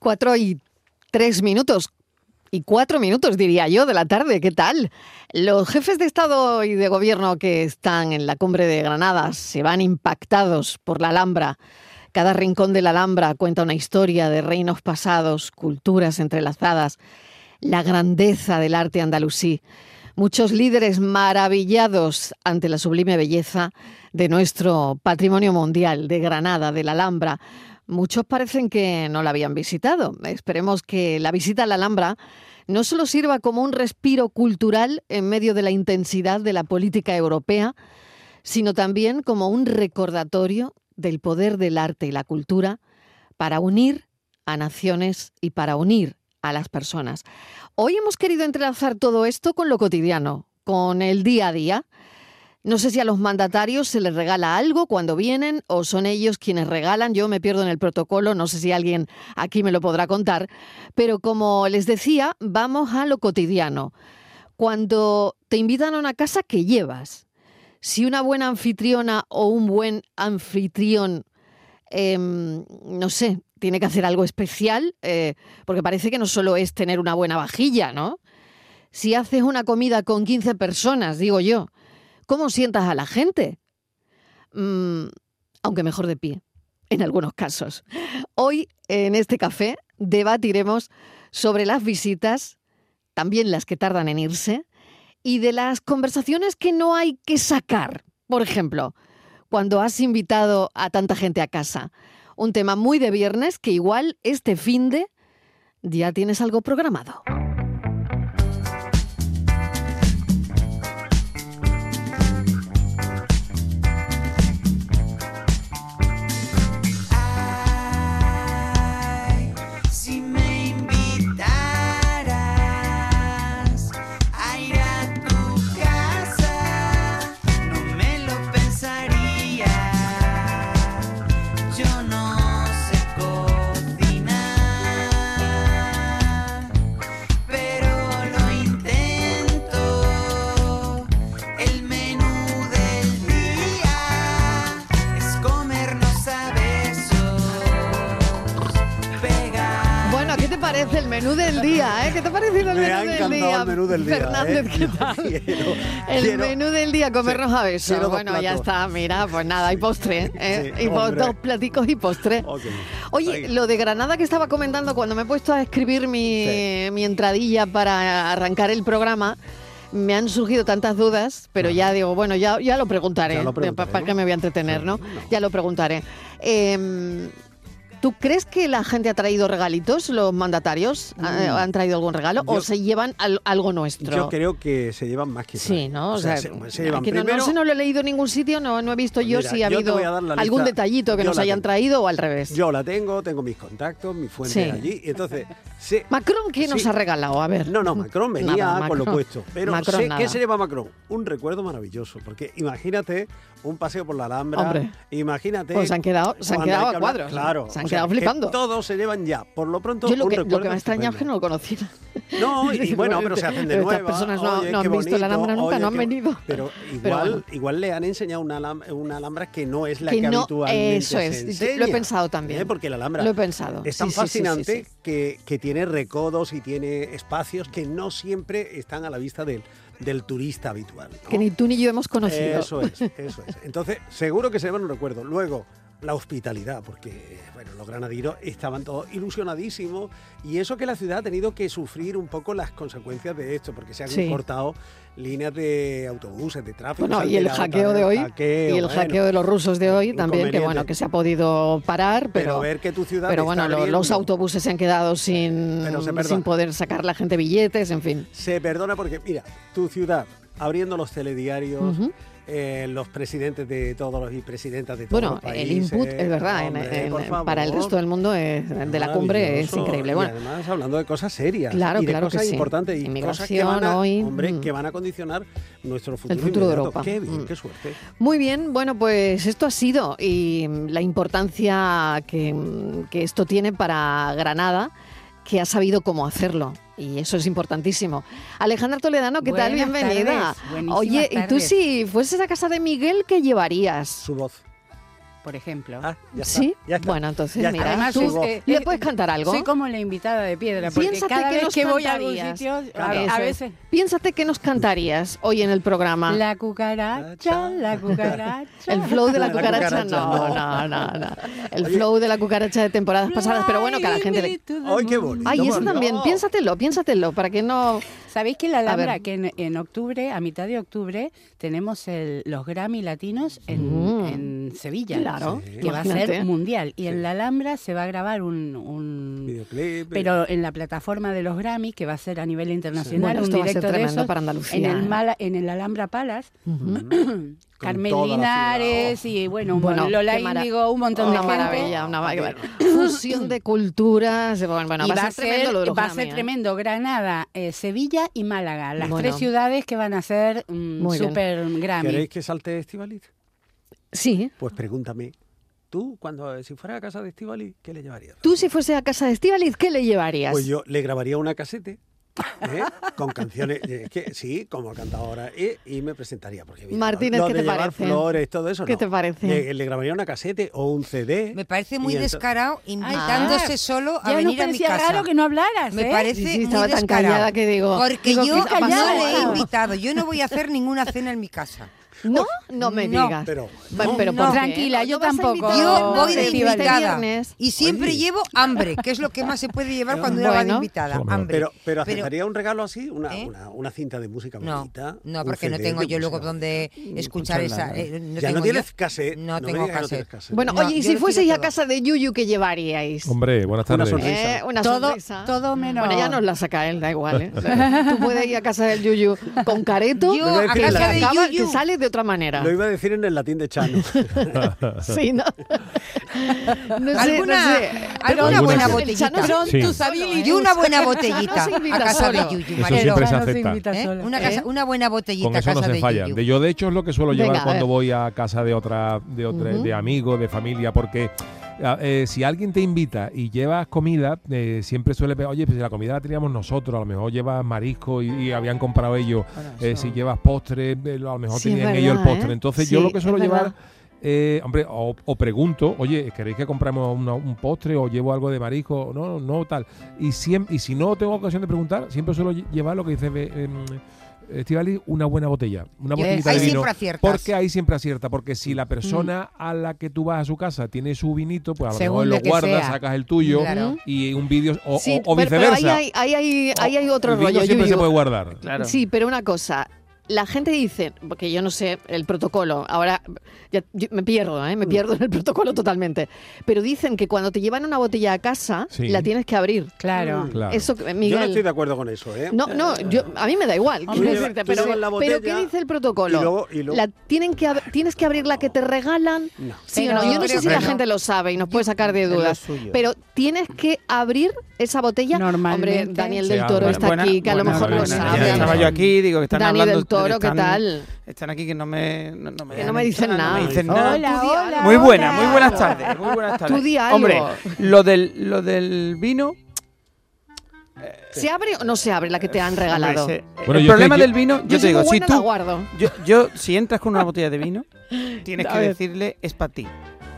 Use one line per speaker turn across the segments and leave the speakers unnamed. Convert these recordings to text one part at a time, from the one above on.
4 y 3 minutos. Y cuatro minutos, diría yo, de la tarde. ¿Qué tal? Los jefes de Estado y de Gobierno que están en la cumbre de Granada se van impactados por la Alhambra. Cada rincón de la Alhambra cuenta una historia de reinos pasados, culturas entrelazadas, la grandeza del arte andalusí. Muchos líderes maravillados ante la sublime belleza de nuestro patrimonio mundial, de Granada, de la Alhambra. Muchos parecen que no la habían visitado. Esperemos que la visita a la Alhambra no solo sirva como un respiro cultural en medio de la intensidad de la política europea, sino también como un recordatorio del poder del arte y la cultura para unir a naciones y para unir a las personas. Hoy hemos querido entrelazar todo esto con lo cotidiano, con el día a día. No sé si a los mandatarios se les regala algo cuando vienen o son ellos quienes regalan. Yo me pierdo en el protocolo, no sé si alguien aquí me lo podrá contar. Pero como les decía, vamos a lo cotidiano. Cuando te invitan a una casa que llevas, si una buena anfitriona o un buen anfitrión, em, no sé, tiene que hacer algo especial, eh, porque parece que no solo es tener una buena vajilla, ¿no? Si haces una comida con 15 personas, digo yo, ¿cómo sientas a la gente? Mm, aunque mejor de pie, en algunos casos. Hoy, en este café, debatiremos sobre las visitas, también las que tardan en irse, y de las conversaciones que no hay que sacar. Por ejemplo, cuando has invitado a tanta gente a casa. Un tema muy de viernes que igual este fin de ya tienes algo programado.
Si me invitaras a ir a tu casa, no me lo pensaría. Yo no sé cocinar, pero lo intento. El menú del día es comernos a besos, pegar.
Bueno, ¿qué te parece el menú del día? eh? ¿Qué te ha parecido el
Me
menú
ha
del
encantado
día?
el menú del día.
Fernández,
¿eh?
¿qué
Yo
tal?
quiero-
El
quiero-
menú del día, comernos a besos.
quiero dos
Bueno, ya
platos.
está, mira, pues nada, hay postre. ¿eh?
sí,
y po-
hombre.
dos platicos y postre.
Ok.
Oye, lo de Granada que estaba comentando cuando me he puesto a escribir mi, mi entradilla para arrancar el programa, me han surgido tantas dudas, pero ya digo, bueno, ya, ya lo preguntaré.
Ya lo preguntaré,
¿Para
¿no?
qué me voy a entretener, no? Ya lo preguntaré. Em, ¿Tú crees que la gente ha traído regalitos, los mandatarios? ¿Ha- ¿Han traído algún regalo o
Mm. Yo-
se llevan al- algo nuestro?
Yo creo que se llevan más que
Sí, ¿no? O, sea,
se, se llevan
que no, no
primero.
sé, no lo he leído en ningún sitio, no, no he visto yo
Mira,
si ha
yo te
habido
voy a dar la
algún
lista.
detallito que
Yo
nos
la
hayan
tengo.
traído o al revés.
Yo la tengo, tengo mis contactos, mi fuente
Sí.
allí. Y entonces, sé-
Macron, ¿qué nos
Sí.
ha regalado? A ver.
no, no, Macron venía
Nada,
con lo
Macron.
puesto. Pero
Macron,
sé
nada.
que se lleva Macron. Un recuerdo maravilloso. Porque imagínate un paseo por la Alhambra.
Hombre.
Imagínate.
Pues se han quedado- se han
cuando
quedado
hay
a
que hablar-
cuadros, ¿no?
Claro.
Se han
o sea,
quedado
que
flipando.
Todos se llevan ya. Por lo pronto,
Yo lo
un
que, lo
recuerdo
que me extraña es que
estupendo.
no lo conociera.
No, y bueno, pero se hacen de
Pero
nuevo.
Estas personas no, no han visto la Alhambra nunca, no han venido.
Pero igual,
bueno.
igual le han enseñado una, alam- una Alhambra que no es la
Que
que,
no-
habitualmente
eso
se
es, lo he
enseña,
pensado también.
¿eh? Porque la Alhambra
Lo he pensado,
es
sí,
tan
sí, sí, sí,
fascinante
sí.
Que, que tiene recodos y tiene espacios que no siempre están a la vista del, del turista habitual. ¿no?
Que ni tú ni yo hemos conocido.
Eso es, eso es. Entonces, seguro que se llevan un recuerdo. Luego, la hospitalidad, porque bueno, los granadinos estaban todos ilusionadísimos y eso que la ciudad ha tenido que sufrir un poco las consecuencias de esto, porque se han
Sí.
cortado líneas de autobuses, de tráfico.
Bueno,
se han
y el
tirado
hackeo
otra
de hoy
vez, Pues hackeo,
y el
bueno.
hackeo de los rusos de hoy
un
también, que bueno,
conveniente.
que se ha podido parar,
Pero
pero,
ver que tu ciudad
pero
está
bueno, lo- los
abriendo.
autobuses se han quedado sin,
Pero se
sin
perdona.
poder sacar la gente billetes, en fin.
Se perdona porque, mira, tu ciudad, abriendo los telediarios, eh, los presidentes de todos los y presidentas de todos
Bueno,
los
el
países.
input es verdad, en-
hombre,
en-
por
para el
favor.
resto del mundo es- de la cumbre es
Maravilloso.
increíble. Bueno,
y además hablando de cosas serias
Claro,
y de
claro que
cosas
sí.
importantes y cosas que van,
Inmigración
a,
hoy,
hombre,
mm.
que van a condicionar nuestro futuro,
futuro de
inmediato.
Europa,
Qué bien,
mm.
qué suerte.
Muy bien, bueno, pues esto ha sido y mm, la importancia que, mm, que esto tiene para Granada, que ha sabido cómo hacerlo. Y eso es importantísimo. Alejandra Toledano, ¿qué tal?
Buenas
Bienvenida.
tardes, buenísimas
Oye, ¿y tú
tardes.
si fueses a casa de Miguel, qué llevarías?
Su voz.
por ejemplo.
Ah, ya está,
sí,
ya está.
bueno, entonces
Ya está.
Pues mira,
Además,
tú
es, eh,
le
eh,
puedes cantar algo.
Soy como la invitada de piedra, porque
Piénsate
cada
que
vez
nos
que voy a algún
cantarías.
sitio, a-
Eso es.
a, veces...
Piénsate que nos cantarías hoy en el programa.
La cucaracha, la cucaracha.
El flow de la
La
cucaracha,
cucaracha,
no, no, no, no. El flow de la cucaracha de temporadas pasadas, pero bueno, que a la gente le...
Ay, qué bonito.
Ay, eso
por
también,
Dios.
piénsatelo, piénsatelo, para que no...
¿Sabéis que la
ver.
Alhambra, que en, en octubre, a mitad de octubre, tenemos el- los Grammy latinos en,
Mm.
en Sevilla?
Claro,
Sí.
Que va a
imagínate.
ser mundial. Y
Sí.
en la Alhambra se va a grabar un- un,
Videoclip. eh.
pero en la plataforma de los Grammy, que va a ser a nivel internacional,
Bueno,
un
esto va a ser
directo de
tremendo
esos,
para Andalucía.
en el, Mala- en el Alhambra Palace,
Ujú.
Carmen
toda la ciudad.
Linares y bueno,
Bueno,
Lola
qué mara-
Índigo, un montón de
Una
gente.
maravilla, una maravilla. Fusión de culturas, bueno, bueno,
Y
va a ser tremendo lo de los
va a
Grammy,
ser
¿eh?
tremendo. Granada, eh, Sevilla y Málaga, las
Bueno.
tres ciudades que van a ser mm,
Muy bien.
super Grammy.
¿Queréis que salte Estivaliz?
Sí.
Pues pregúntame. Tú, cuando eh, si fuera a casa de Estivaliz, ¿qué le llevarías?
Tú si fuese a casa de Estivaliz, ¿qué le llevarías?
Pues yo le grabaría una casete ¿eh? con canciones, eh, es que sí, como ha cantado ahora, eh, y me presentaría. Porque, mira,
Martínez,
lo
¿qué
de
te
llevar
parece?
flores, todo eso.
¿Qué
no.
te parece?
Le, le grabaría una casete o un CD.
Me parece muy
Y ento-
descarado invitándose
Ah,
solo a
ya nos
venir a mi
parecía
casa.
raro que no hablaras,
Me
¿eh?
parece
Sí, sí,
muy
estaba tan
descarado.
callada que digo,
Porque
digo,
yo
¿qué está
no
pasando?
le he invitado. Yo no voy a hacer ninguna cena en mi casa.
No, no me
No.
digas.
Pero,
Bueno,
no,
pero
no.
¿por qué?
Tranquila,
¿No
yo
vas a
tampoco.
invitar
Oh,
Yo
a
voy de
este
Estivaliz.
invitada.
viernes?
Y siempre
Oye.
llevo hambre, que es lo que más se puede llevar cuando uno va de
Bueno.
invitada.
Fenomenal.
Hambre.
pero, pero aceptaría un regalo así, una,
¿Eh?
una, una cinta de música
No,
bonita.
no,
un
porque no
CD
tengo
de
yo luego
música.
donde escuchar
Escucharla,
esa. eh, no
ya
tengo
no
yo.
tienes cassette.
No
me
tengo
digas que no tienes
cassette.
cassette.
Bueno,
No,
oye, y
yo
si
lo
fueseis
quiero
a
todo.
casa de Yuyu, ¿qué llevaríais?
Hombre, buenas
Una
tardes.
sonrisa.
Eh, una
Todo,
sonrisa.
todo menos.
Bueno, ya nos la saca él, da igual. ¿eh? Tú puedes ir a casa del Yuyu con careto,
Yo
Lo voy a
a
decir en la
casa
que,
de
acaba- que
Yuyu.
sale de otra manera.
Lo iba a decir en el latín de Chano.
Sí, ¿no? No sé,
Alguna-
no sé.
alguna
Pero
buena
el
botellita.
Chano
Pronto,
siempre-
Sí.
Y una buena botellita
No se invita
a casa
solo.
de Yuyu,
Eso
Mario.
siempre se
Ya no se
acepta.
invita
¿Eh?
sola.
Una, casa-
¿Eh?
una buena botellita
Con
a
eso
casa
no se
de
fallan.
Yuyu.
De- yo de hecho es lo que suelo
Venga,
llevar
a
cuando
ver.
voy a casa de otra, de otra,
Ujú.
de amigos, de familia, porque a- eh, si alguien te invita y llevas comida, eh, siempre suele pe- oye, pues si la comida la teníamos nosotros, a lo mejor llevas marisco y, y habían comprado ellos, Eh, si llevas postre, eh, lo- a lo mejor
Sí, es
tenían ellos el
verdad,
postre.
¿eh?
Entonces
Sí,
yo lo que
es
suelo
verdad.
llevar, eh, hombre, o, o pregunto, oye, ¿queréis que compremos una- un postre o llevo algo de marisco? No, no, tal. Y, siem- y si no tengo ocasión de preguntar, siempre suelo lle- llevar lo que dice... Be- em, Estivali, una buena botella, una
Yes.
botellita
Ahí
de vino.
siempre aciertas.
Porque ahí siempre acierta, porque si la persona a la que tú vas a su casa tiene su vinito, pues a lo
Según
mejor
de
lo
que
guardas,
sea.
sacas el tuyo
Claro.
y un vídeo o,
Sí,
o- o
pero- pero
viceversa.
ahí, hay, ahí hay- ahí hay otro
el vino
rollo.
siempre se
Yuyu.
puede guardar.
Sí, pero una cosa. La gente dice, porque yo no sé el protocolo, ahora ya- yo me pierdo, ¿eh? me pierdo en el protocolo totalmente, pero dicen que cuando te llevan una botella a casa,
Sí.
la tienes que abrir.
Claro.
Claro.
Eso, que-
Yo no estoy
Miguel.
de acuerdo con eso, ¿eh?
No, no, yo, a mí me da igual,
Tú
quiero
llevas-
decirte,
tú
pero,
llevas la
pero ¿qué
botella
dice el protocolo?
y luego- y luego-
La tienen que ab- ¿Tienes que abrir la que te regalan?
No.
Sí o
Pero
no, yo
yo
no sé
creo
si
que
la
no.
gente lo sabe y nos puede sacar de dudas, pero tienes que abrir esa botella.
Normalmente.
Hombre, Daniel
Sí,
del Toro
buena-
está
Buena-
aquí, que a lo
buena-
mejor lo
buena-
buena-
sabe.
Ya
a lo
estaba yo
mejor-
aquí, digo que están
Dani
hablando.
del Toro, ¿qué
están-
tal?
Están aquí que no me, no, no me,
Que no me dicen nada.
me dicen nada.
Hola,
Tú di
hola.
algo.
Muy buena,
hola.
muy buenas tardes. Muy buenas tardes.
Tú di algo.
Hombre, lo del, lo del vino.
¿Se abre o no se abre la que te han regalado?
hombre, ese-
Bueno,
el
yo
problema
que- yo-
del vino, yo,
Yo
te
soy muy
digo, si
buena, la
tú.
guardo.
Yo, yo, si entras con una botella de vino, tienes
A
que
ver.
decirle es para ti.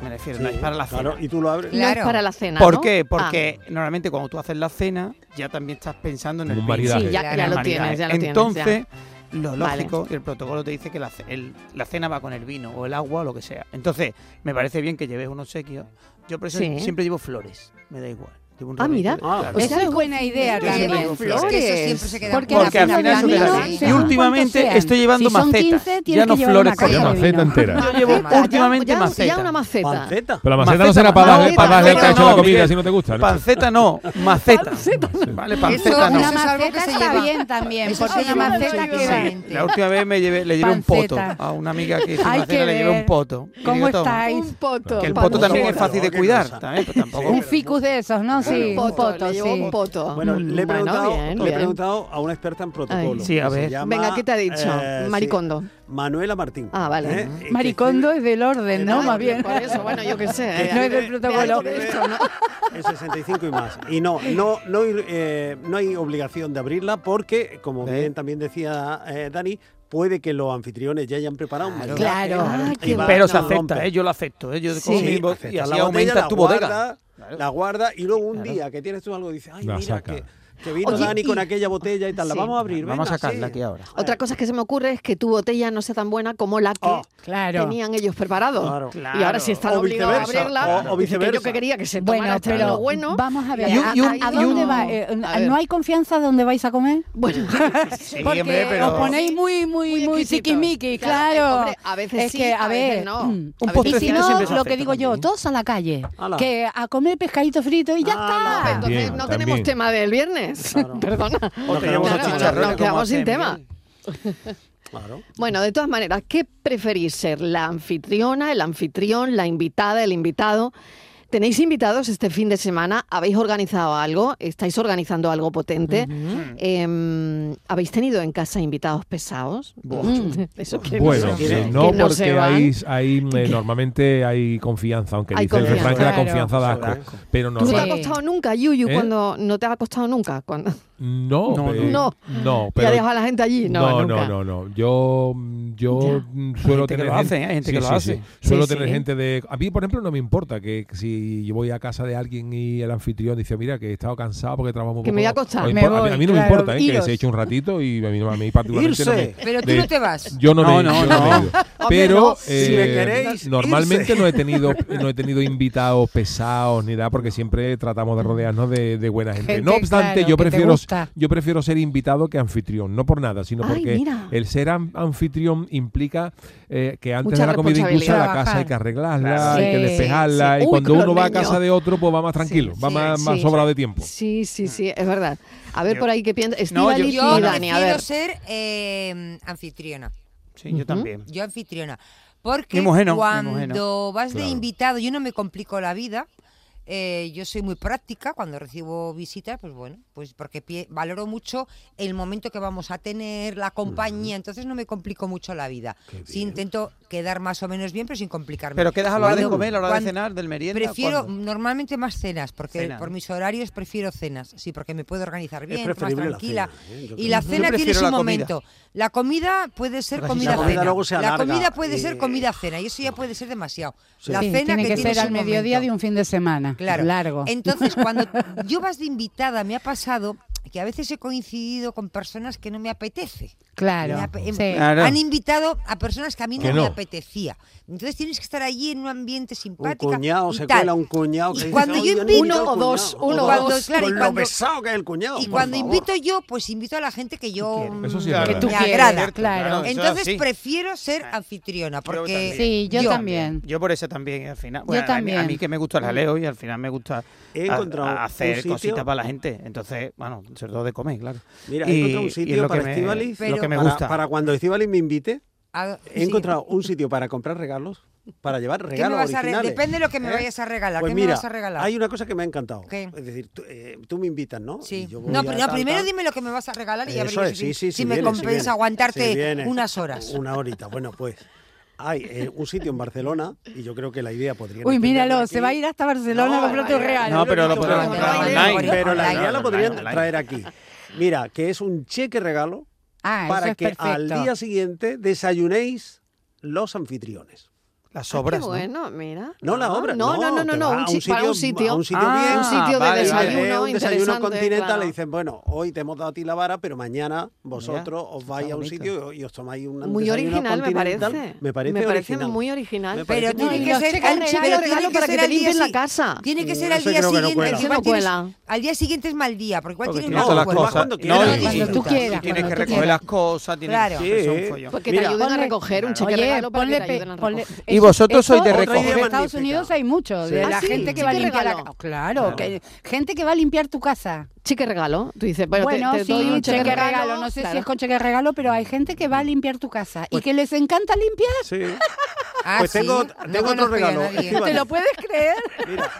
Me refiero, no es
Sí,
para la
claro,
cena.
y tú lo abres.
Claro.
No es para la cena,
¿Por
¿no?
qué?
Ah,
Porque normalmente cuando tú haces la cena, ya también estás pensando en
Un
el vino.
maridaje.
sí, ya,
Claro.
ya lo
Normalidad.
tienes, ya lo
Entonces,
tienes.
lo
Vale.
lógico, y el protocolo te dice que la, ce- el- la cena va con el vino o el agua o lo que sea. Entonces, me parece bien que lleves un obsequio. Yo por eso
Sí.
siempre llevo flores, me da igual. Llevo un
Ah,
ramito de-
mira.
Ah,
claro.
o sea,
Eso es buena idea
Que llevan
también.
Flores.
flores. Es que eso siempre se queda
Porque
por la
Porque al
pena
final
del
eso queda
camino, sean
así. Y
cuantos
últimamente
sean.
estoy llevando
Si son
macetas.
15, tienes
ya
que
no
llevar
flores
una
Una
con
caja de
maceta
vino.
entera.
Yo llevo
Maceta.
últimamente
ya,
macetas.
ya una maceta.
Panceta.
Pero la maceta, no
Maceta
será para
no,
darle, para darle
no, no,
cacho a la comida,
Miguel.
si no te gusta. ¿no?
Panceta no, maceta. Vale, panceta
Eso
no.
es
La
algo que
maceta
se
está
lleva.
bien también,
Eso
porque
se
la
lleva
maceta
mucho
queda...
bien.
La última vez me llevé, le llevé un poto
Panceta.
a una amiga que hizo
Hay
una
que
cena, le llevé
ver
un poto. Y
¿Cómo
digo, toma.
estáis?
Un poto.
Que el poto
Panceta.
también es
Poto,
fácil de
qué cosa.
cuidar. También, pues tampoco.
Un ficus de esos, ¿no? Sí,
Un
un poto,
le llevo
sí.
un poto.
Bueno, le he, preguntado,
bien,
le he
bien.
preguntado a una experta en protocolo.
Sí, a
que se
ver.
llama,
Venga, ¿qué te ha dicho?
eh, sí,
Maricondo.
Manuela Martín.
Ah, vale.
¿eh? Que
Maricondo es del orden, ¿no?
Ah,
Más bien.
Por eso, bueno, yo qué sé.
escribe-
eh,
No es del
escribe-
protocolo.
escribe En 65 y más. Y no, no, no, hay, eh, no hay obligación de abrirla porque, como
¿Eh?
bien también decía eh, Dani, puede que los anfitriones ya hayan preparado un menú.
Claro. Ah,
Y
qué
va-
bueno.
Pero se
no,
acepta,
rompe.
¿eh? yo lo acepto. ¿eh? Yo
Sí.
cojo mi bo-
aceptas
y así
la botella,
aumenta
la
tu bodega.
guarda, La guarda y luego un
Claro.
día que tienes tú algo dices, ay,
La
mira,
saca.
que, que vino
Oye,
Dani con
y-
aquella botella y tal, la
Sí.
vamos a abrir,
Vamos
venga,
a sacarla
sí".
aquí ahora.
Otra cosa que se me ocurre es que tu botella no sea tan buena como la que
Oh,
Claro.
tenían ellos preparado.
Claro.
Y ahora sí están
O
obligados a
viceversa,
abrirla.
o- o
Dice que yo
viceversa.
que quería que se tomara
Bueno,
este
pero
lo bueno.
vamos a ver,
y
¿a,
ha- ha
a
ido-
dónde va? Eh,
A ver.
¿No hay confianza dónde vais a comer?
Bueno,
Sí,
Porque
hombre, pero-
os ponéis muy, muy,
Muy
muy
exquisitos.
siquimiqui,
Claro,
claro.
hombre, a veces
es
sí,
que,
a
a
veces
ver,
no. A
mm.
veces
Un
sí.
Y
postrecito
si no,
siempre se
lo
acepta
que digo yo,
también.
todos a la calle.
Ala.
Que a comer pescadito frito y ya
Ala.
está.
entonces
Bien,
no
también.
tenemos tema del viernes.
Claro.
Perdona.
Nos quedamos
Claro,
sin
no,
chicharrones,
nos
como
quedamos sin
hace
tema.
Miguel.
Claro.
Bueno, de todas maneras, ¿qué preferís ser? ¿La anfitriona, el anfitrión, la invitada, el invitado? ¿Tenéis invitados este fin de semana? ¿Habéis organizado algo? ¿Estáis organizando algo potente? Em, ¿Habéis tenido en casa invitados pesados? Mm, Eso que
Bueno,
no,
se-
sí,
que
no,
no se
porque
van.
ahí, ahí, eh, normalmente hay confianza, aunque
Hay
dice el refrán que la
confianza.
confianza da
Claro.
asco. Pero
¿Tú no te
normal,
has acostado nunca, Yuyu,
¿Eh?
cuando no te has acostado nunca? Cuando...
no,
No,
pero-
no.
no,
¿Ya
pero
dejas a la gente allí? No,
no,
nunca.
no, no, no. Yo, mm, yo mm, suelo
gente que
tener
lo hace, ¿eh? Hay gente
Sí,
que lo
sí,
hace.
sí. Suelo
Sí,
tener
sí.
gente de. A mí, por ejemplo, no me importa que que si yo voy a casa de alguien y el anfitrión dice, mira, que he estado cansado porque trabajo muy
Que me
poco".
voy a acostar.
No
Me
importa, a mí-
voy,
a mí no
claro,
me importa, ¿eh? que
iros.
se eche un ratito y a mí, no- a mí particularmente no
Irse.
me-
Pero tú
de-
no te vas.
yo no,
No,
me,
no,
yo
no.
me he ido. Pero eh,
no,
si me queréis,
normalmente
irse.
no he tenido no he tenido invitados pesados ni nada porque siempre tratamos de rodearnos de, de buena gente.
Gente,
no obstante,
claro,
yo
que te
prefiero
gusta.
yo prefiero ser invitado que anfitrión, no por nada, sino
Ay,
porque
mira.
el ser an- anfitrión implica eh, que antes
Mucha
de la comida incluso
responsabilidad.
la casa hay que arreglarla, hay que
Sí,
despejarla
sí, sí.
y
Uy,
cuando
con
uno
los
va a
niños.
casa de otro pues va más tranquilo, va
sí,
más, más
sí.
sobrado de tiempo.
Sí, sí, sí, es verdad. A ver
Yo-
por ahí qué piensas.
No,
Estíbaliz
yo-
Yo
y Dani, a ver.
prefiero ser eh, anfitriona.
Sí, yo también.
Yo anfitriona. Porque
Mi mujer no, mi
cuando
mujer no.
vas de
Claro.
invitado, yo no me complico la vida. eh, yo soy muy práctica cuando recibo visitas, pues bueno, pues porque pie- valoro mucho el momento que vamos a tener, la compañía, entonces no me complico mucho la vida. Sí intento quedar más o menos bien, pero sin complicarme.
Pero quedas a la hora de
Cuando-
comer, a la hora de
cuando-
cenar, del merienda.
Prefiero
¿cuándo?
normalmente más cenas, porque
Cena,
por
¿no?
mis horarios prefiero cenas, sí, porque me puedo organizar bien, más
preferible la
tranquila.
cena, ¿eh? Yo
Y
creo.
la
Yo
cena tiene
prefiero
su
la comida.
momento. La comida puede ser
La
comida
comida
cena.
luego se
la
alarga,
comida puede ser
eh,
comida cena, y eso ya puede ser demasiado.
Sí.
La
Sí,
cena
tiene que,
tiene
ser
su
al mediodía
momento.
de un fin de semana.
Claro.
Largo.
Entonces, cuando yo vas de invitada, me ha pasado que a veces he coincidido con personas que no me apetece.
claro.
Me ape- em-
sí.
Claro.
Han invitado a personas que a mí no,
Que
me
no.
apetecía. Entonces tienes que estar allí en un ambiente
Un
simpático.
cuñado,
y
se
tal.
cuela un cuñado.
Y
que dice,
cuando
"Ay,
yo
no
invito-
invito al
Uno o dos,
cuñado".
uno
O
o
cuando-
dos. claro, y
con lo
cuando-
pesado que es el cuñado.
Y
por
cuando
favor.
invito yo, pues invito a la gente que yo
quieres.
Eso sí es
mm,
verdad.
Que tú
me
quieres,
agrada.
claro.
Eso
Entonces
sí.
prefiero ser
Ah,
anfitriona, porque
también.
Sí, yo, también.
Yo por eso también, eh, al final.
Yo
Bueno, a mí- A, mí,
también.
que me gusta la leo y al final me gusta
He
a-
encontrado
a- hacer
un sitio-
cositas para la gente. Entonces, bueno, sobre todo de comer, claro.
Mira,
Y-
he encontrado
y
un
es
sitio
lo que
para
me-
Estíbaliz.
lo que me
para-
gusta.
Para cuando Estíbaliz me invite,
Ah,
he
sí.
encontrado un sitio para comprar regalos, para llevar
¿Qué me
regalos
vas a re-
originales.
Depende de lo que me
¿Eh?
vayas a regalar.
Pues
¿Qué
mira,
me vas a regalar?
hay una cosa que me ha encantado.
¿Qué?
Es decir, tú, eh, tú me invitas, ¿no?
Sí.
Y yo voy
No,
a
pero
tal,
primero
tal.
dime lo que me vas a regalar y ya
Eso
veremos
es,
si,
sí, sí,
si
sí,
me
viene, sí
compensa
viene.
aguantarte
Sí viene.
unas horas.
Una horita. Bueno, pues hay eh, un sitio en Barcelona y yo creo que la idea podría.
Uy, míralo, se va a ir hasta Barcelona
No,
a comprar tu
no,
regalo.
No, pero lo
he
podemos
visto,
comprar
pero-
online.
Pero la
Online.
idea la podrían
Online.
traer aquí. Mira, que es un cheque regalo
Ah, eso
para
es
que
perfecto.
al día siguiente desayunéis los anfitriones.
Las
Ah,
obras.
qué bueno, mira.
No la
Ah,
obra,
No,
no,
no, no, no,
te
no,
va
un
a un
chi- para un
sitio-
sitio.
a un sitio
Ah,
bien.
un sitio de
vale, vale.
desayuno
Eh, un desayuno
interesante,
continental
claro.
le dicen, bueno, hoy te hemos dado a ti la vara, pero mañana vosotros os vais
está
a un
bonito.
sitio y os tomáis un
Muy
desayuno
original, me
continental.
parece.
Me parece, original.
muy original.
Me
Pero
parece muy
tiene
bien.
que
Los
ser
cheques
al
de
chi-
regalo
pero tiene
regalo
que
para
ser
que te
al día
limpien la
si-
Ah.
casa.
Tiene que
Mm,
ser al
eso
día
creo que no
siguiente.
cuela.
porque
Eso
igual
no
tienes-
cuela.
Al día siguiente es mal día, porque igual
Porque
tienes
tienes
más
todas las
cuerpo.
vas
cosas.
cuando
No,
quieras.
y-
Cuando tú
Tienes
quieras.
que
cuando tú
recoger
quieras.
las cosas, tienes
Claro.
que es un
Sí.
follón.
Porque te
Mira,
ayudan a
ponle-
recoger un cheque
Oye,
regalo para que
ponle,
te
pe-
ayuden a
ponle-
recoger.
Y vosotros sois de
Otra
recoger.
idea
En Estados
magnífica.
Unidos hay mucho, de
Sí.
la
Ah, sí,
gente que
sí,
va a
que
limpiar la
regalo.
casa. Claro, que- gente que va a limpiar tu casa.
Cheque regalo, tú dices, bueno,
bueno,
te, te
sí,
doy un
cheque, regalo. No sé si
claro.
es con cheque regalo, pero hay gente que va a limpiar tu casa y que les encanta limpiar.
Pues Sí.
Ah,
Pues
sí,
tengo,
no
tengo
conozco
otro
yo a
regalo.
nadie.
Estíbaliz,
¿Te lo puedes creer?
mira,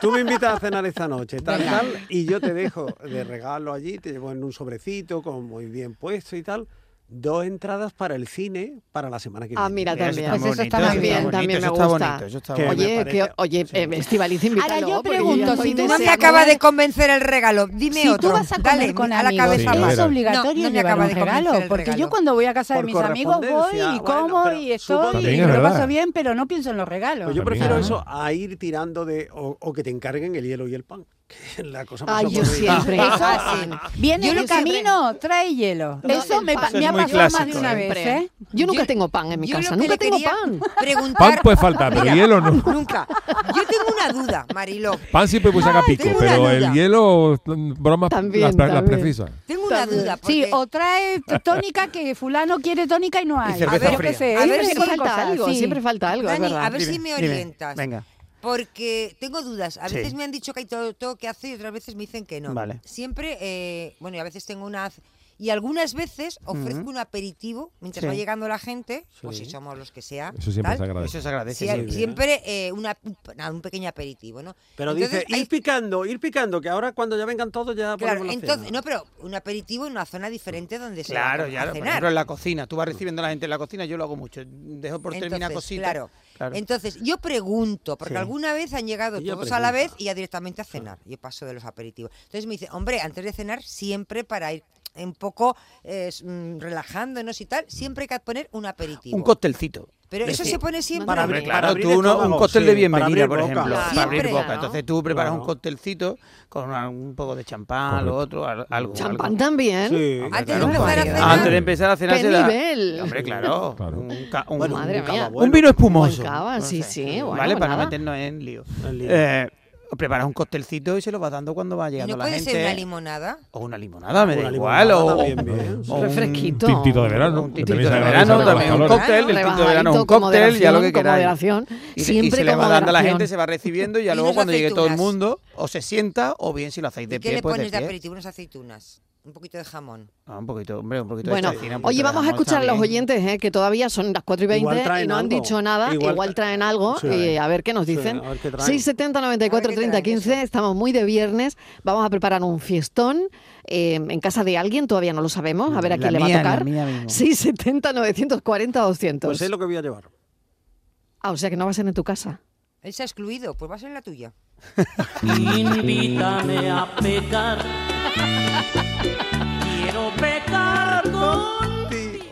tú me invitas a cenar esta noche, tal, tal, y yo te dejo de regalo allí, te llevo en un sobrecito con muy bien puesto y tal. dos entradas para el cine para la semana que viene.
Ah, mira,
Eso
también.
está
Pues eso está
bonito,
muy bien,
bonito,
también
eso
me
está
gusta.
bonito, eso está
Que-
bonito.
me
Oye, que,
parece.
oye,
Sí.
eh, Estivaliz, invítalo.
Ahora yo
porque
pregunto,
ya
si
estoy
No
tú vas
me
deseando-
acaba de convencer el regalo. Dime
si
otro.
tú vas a comer
Dale,
con
a la
amigos,
cabeza
Sí,
más.
¿es
verás.
No,
obligatorio
no me
llevar
acaba
un
de convencer
regalo?
el
Porque
regalo.
yo cuando voy a casa de
Por
mis amigos voy
correspondencia,
y
bueno,
como
pero
y
supongo-
estoy
También
y me
es
lo
verdad.
paso bien, pero no pienso en los regalos.
Pues yo
También,
prefiero
¿no?
eso a ir tirando de o, o que te encarguen el hielo y el pan. que la cosa más
Ay, yo
aburrida.
siempre.
Eso Viene
Yo
en
lo
el
que-
camino, trae hielo.
No,
Eso
el
me, pa-
pan
me
es
ha
muy
pasado más de
clásico,
una
¿eh?
vez, ¿eh?
Yo nunca
Yo-
tengo pan en mi
Yo lo
casa,
que
nunca
le
tengo
quería
pan.
Preguntar,
Pan puede faltar, pero
Mira,
hielo no.
Nunca. Yo tengo una duda, Mariló.
Pan siempre puede sacar pico,
tengo una
pero el
duda.
hielo, mm, bromas,
También,
las, pre- las
también.
precisas.
Tengo una
También.
duda. Porque
Sí, o trae t- tónica que fulano quiere tónica y no hay.
cerveza
yo qué
fría.
sé,
A
hay
ver
mil
si
Siempre
Son
falta
cosas,
algo,
sí.
siempre falta algo, es
Dani,
verdad.
a ver si me
dime.
orientas.
Venga.
Porque tengo dudas. A
Sí.
veces me han dicho que hay todo, todo que hacer y otras veces me dicen que no.
Vale.
Siempre, eh, bueno, y a veces tengo una... Y algunas veces ofrezco
Ujú.
un aperitivo mientras
Sí.
va llegando la gente, o
Sí.
si somos los que sea.
Eso siempre
tal.
se agradece.
Eso se agradece.
Sí,
sí.
hay- siempre eh, una, un- nada, un pequeño aperitivo, ¿no?
Pero
Entonces,
dice,
hay-
ir picando, ir picando, que ahora cuando ya vengan todos ya
Claro,
ponemos la
entonces,
cena.
no, pero un aperitivo en una zona diferente donde se va
Claro,
a
ya. Por
cenar.
ejemplo, en la cocina. Tú vas recibiendo a la gente en la cocina, yo lo hago mucho. Dejo por terminar
Entonces,
cositas.
Claro.
Claro.
Entonces, yo pregunto, porque
Sí.
alguna vez han llegado
Ella
todos a la vez
pregunta.
y ya directamente a cenar. Yo paso de los aperitivos. Entonces me dice, hombre, antes de cenar, siempre para ir un poco eh, s- mm, relajándonos y tal, siempre hay que poner un aperitivo.
Un costelcito.
pero eso se pone siempre.
Para abrir-
Hombre,
para
claro,
abrir
tú uno-
estómago,
un cóctel
sí,
de
para abrir
bienvenida, por
boca.
ejemplo.
Claro.
Para abrir
Siempre,
boca.
¿no?
Entonces tú preparas
Claro.
un cóctelcito con una- un poco de champán, lo
Correcto.
otro, al- algo.
Champán
algo.
también. Ah,
Sí.
Antes
Claro.
de empezar a
Variedad.
cenar.
Antes de empezar a cenar
¿Qué
se da-
nivel?
Hombre, claro.
Claro.
Un, ca- un-
Bueno,
Madre
un
mía.
cava
un vino espumoso.
Buen cava, sí, sí, bueno,
vale, para Este no meternos
nada.
en lío.
En lío.
Eh, preparas un costelcito y se lo vas dando cuando va
¿Y
llegando
no
la
puede
gente.
ser una limonada?
O una limonada, me
Una
da
limonada
igual. O,
también, bien.
o un-
Refresquito.
Tintito de verano.
un
que
tintito
también se
de
agradece
verano,
para los
también un
calores.
cóctel, el tintito de verano es un
Rebajadito, con
cóctel, ya lo que
moderación,
queráis.
con moderación.
Y, y
Siempre
se le
con
va dando a la
moderación.
gente, se va recibiendo y ya
Y
luego
unas
cuando llegue todo el
aceitunas.
mundo o se sienta o bien si lo hacéis de
¿Y qué
pie,
le
pues de
pones de
pie.
aperitivo? Unas aceitunas. Un poquito de jamón.
Ah, un poquito, hombre, un poquito
Bueno,
de chacina, porque
oye,
la
vamos a
jamón está
escuchar a los
bien.
oyentes, eh, que todavía son las 4 y
Igual
20 y
traen
no han
algo.
dicho nada.
Igual
Igual,
tra-
traen algo
Sí.
y a ver qué nos
Sí,
dicen.
a ver qué traen.
670 94
A ver qué
30
traen,
15, estamos muy de viernes. Vamos a preparar un fiestón eh, en casa de alguien, todavía no lo sabemos, a ver a
La
quién le va a
mía, la
tocar.
mía mismo.
670 940 200.
Pues es lo que voy a llevar.
Ah, o sea que no va a ser en tu casa.
Él se ha excluido, pues va a ser la tuya.
Invítame a pecar. Quiero pecar con ti.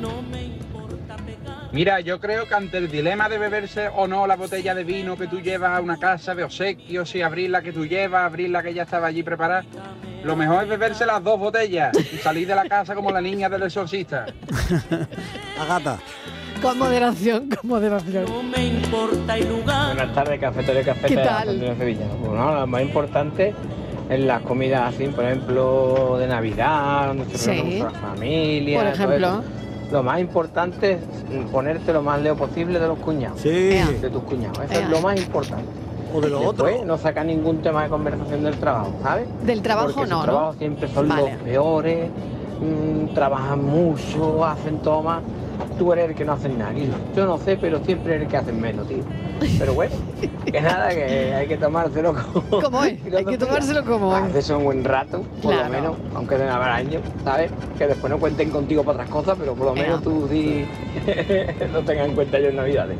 No me importa pecar.
Mira, yo creo que ante el dilema de beberse o no la botella de vino que tú llevas a una casa de obsequio, si abrir la que tú llevas, abrir la que ya estaba allí preparada, lo mejor es beberse las dos botellas y salir de la casa como la niña del exorcista.
Agata.
Con moderación, con moderación.
No me importa el lugar.
Buenas tardes, cafetero y cafetera
¿Qué
de
tal?
Antonio Sevilla. Bueno, lo más importante es las comidas así, por ejemplo, de Navidad, donde se
Sí.
reúne con la familia.
Por
todo eso.
ejemplo.
Lo más importante es ponerte lo más lejos posible de los cuñados.
Sí.
Ea.
De tus cuñados, eso
Ea.
es lo más importante.
O de lo otro.
Después no sacar ningún tema de conversación del trabajo, ¿sabes?
Del trabajo
Porque sus
no, ¿no?
trabajos siempre son
Vale.
los peores, mm, trabajan mucho, hacen tomas. Tú eres el que no hace nada, Guilo. Yo no sé, pero siempre eres el que hace menos, tío. Pero bueno, que nada, que hay que tomárselo como...
Como es, hay que tomárselo como es.
Haces un buen rato, por
Claro.
lo menos, aunque de habrá años, ¿sabes? Que después no cuenten contigo para otras cosas, pero por lo
Ea.
menos tú sí lo tengas en cuenta yo en Navidades.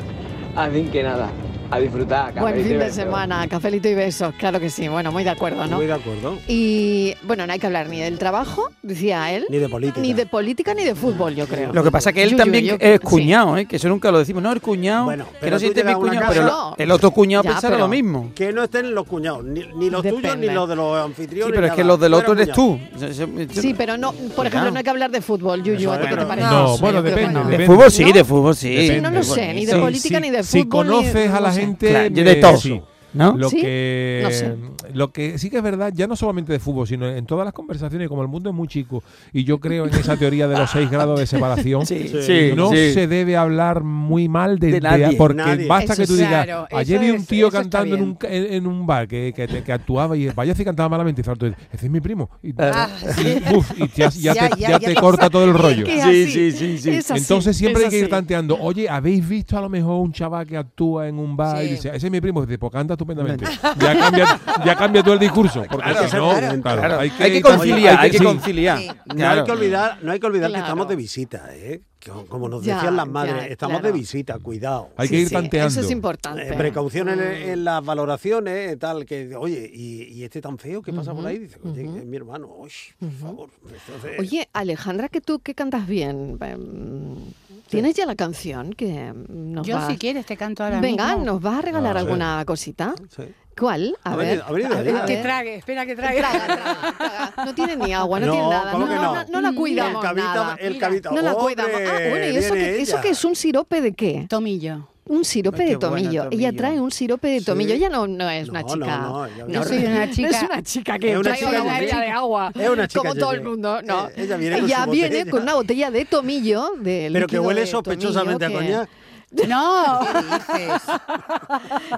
Así que nada, a disfrutar.
Buen
cafelito y
fin de
besos.
semana, cafelito y besos, claro que sí. Bueno, muy de acuerdo, ¿no?
Muy de acuerdo.
Y bueno, no hay que hablar ni del trabajo, decía él,
Ni de política.
ni de política ni de fútbol, yo creo.
Lo que pasa es que él
Yo- yo-
también
yo-
es
sí.
cuñado, ¿eh? que eso nunca lo decimos. No, el cuñado,
Bueno,
que
pero
no
tú
siente mi
llegas a una
cuñado,
casa-
pero
No.
el otro cuñado
Ya,
pensará
pero-
lo mismo.
Que no estén los cuñados, ni, ni los tuyos ni
Depende.
los de los
Sí,
anfitriones.
pero es
nada.
que los del otro eres
cuñado.
tú. Se- se- se-
Sí, pero no, por ejemplo, no hay que hablar de fútbol, Yuyu, ¿a ti qué te
Bueno,
parece?
No, bueno,
Yo creo que
depende,
no.
depende.
De fútbol sí,
¿No?
de fútbol sí.
Sí, no lo
Depende.
sé, ni de
Sí,
política,
si-
ni de
Si
fútbol, ni-
conoces a la
no sé.
gente.
Claro, yo
me-
de todo.
sí.
¿No?
Lo,
¿Sí?
que,
No sé.
lo que sí que es verdad, ya no solamente de fútbol, sino en todas las conversaciones, como el mundo es muy chico, y yo creo en esa teoría de
Ah.
los 6 grados de separación,
Sí,
Sí.
sí,
no
sí.
se debe hablar muy mal de,
De
de-
nadie.
porque
Nadie.
basta
Eso
que tú
es-
digas,
claro,
ayer
eso
vi un
es- eso
tío
está
cantando en
bien.
un, ca- en, en un bar que, que, te- que actuaba y vaya si cantaba malamente, y dices, ese es mi primo. Y,
Ah,
y, uf, y ya,
Ya,
ya te,
ya,
ya
ya
te
te
corta
sa-
todo el rollo.
Es
Sí,
así,
sí, sí, sí.
es así,
Entonces siempre
es
hay que ir
así.
tanteando. Oye, ¿habéis visto a lo mejor un chaval que actúa en un bar y dice, ese es mi primo? Y dice, pues canta estupendamente. Ya cambia, ya cambia tú el discurso, porque
Claro,
si no,
claro.
claro,
Claro.
hay que,
Hay que conciliar, hay que
sí.
conciliar. Sí. No hay que olvidar- no hay que olvidar que
Claro.
estamos de visita, ¿eh? Como- Como nos
Ya,
decían las
ya,
madres, estamos
claro.
de visita, cuidado.
Hay que Sí, ir sí, tanteando.
eso es importante.
Eh, precaución en, en las valoraciones, eh, tal, que, oye, y, y este tan feo que pasa por ahí, dice, oye, es mi hermano, oye, por favor. Entonces,
Oye, Alejandra, que tú que cantas bien, em, ¿tienes ya la canción que nos
Yo,
va
si quieres, te canto ahora
Venga,
mismo.
¿nos vas a regalar
Ah, sí.
alguna cosita?
sí.
¿Cuál? A
Ha
ver.
venido- ha venido
a
David.
ver, a
Que
ver.
trague, espera que trague.
No tiene ni agua, no,
No,
tiene nada.
¿cómo
No,
que
no?
no?
no la
Mm,
cuidamos
el cabita,
nada.
el
Mira,
cabita.
No la
¡Hombre!
cuidamos. Ah, bueno, ¿y eso
Viene
que, eso
ella.
que es un sirope de qué?
Tomillo.
Un sirope
Ay, qué
de tomillo.
bueno,
Ella
tomillo.
trae un sirope de
Sí.
tomillo. Ella no, no es
No,
una
no,
chica.
no, ella-
no,
Yo
soy una
no
chica-
es una chica que
Es una
trae
chica
una
llena.
botella de agua.
Es una chica
como todo el
llena.
mundo. No.
Eh, ella viene con
Ella
su
viene
botella.
con una botella de tomillo. De
Pero que
líquido
huele
de
sospechosamente a
tomillo que-
coñac.
No.
¿Qué dices?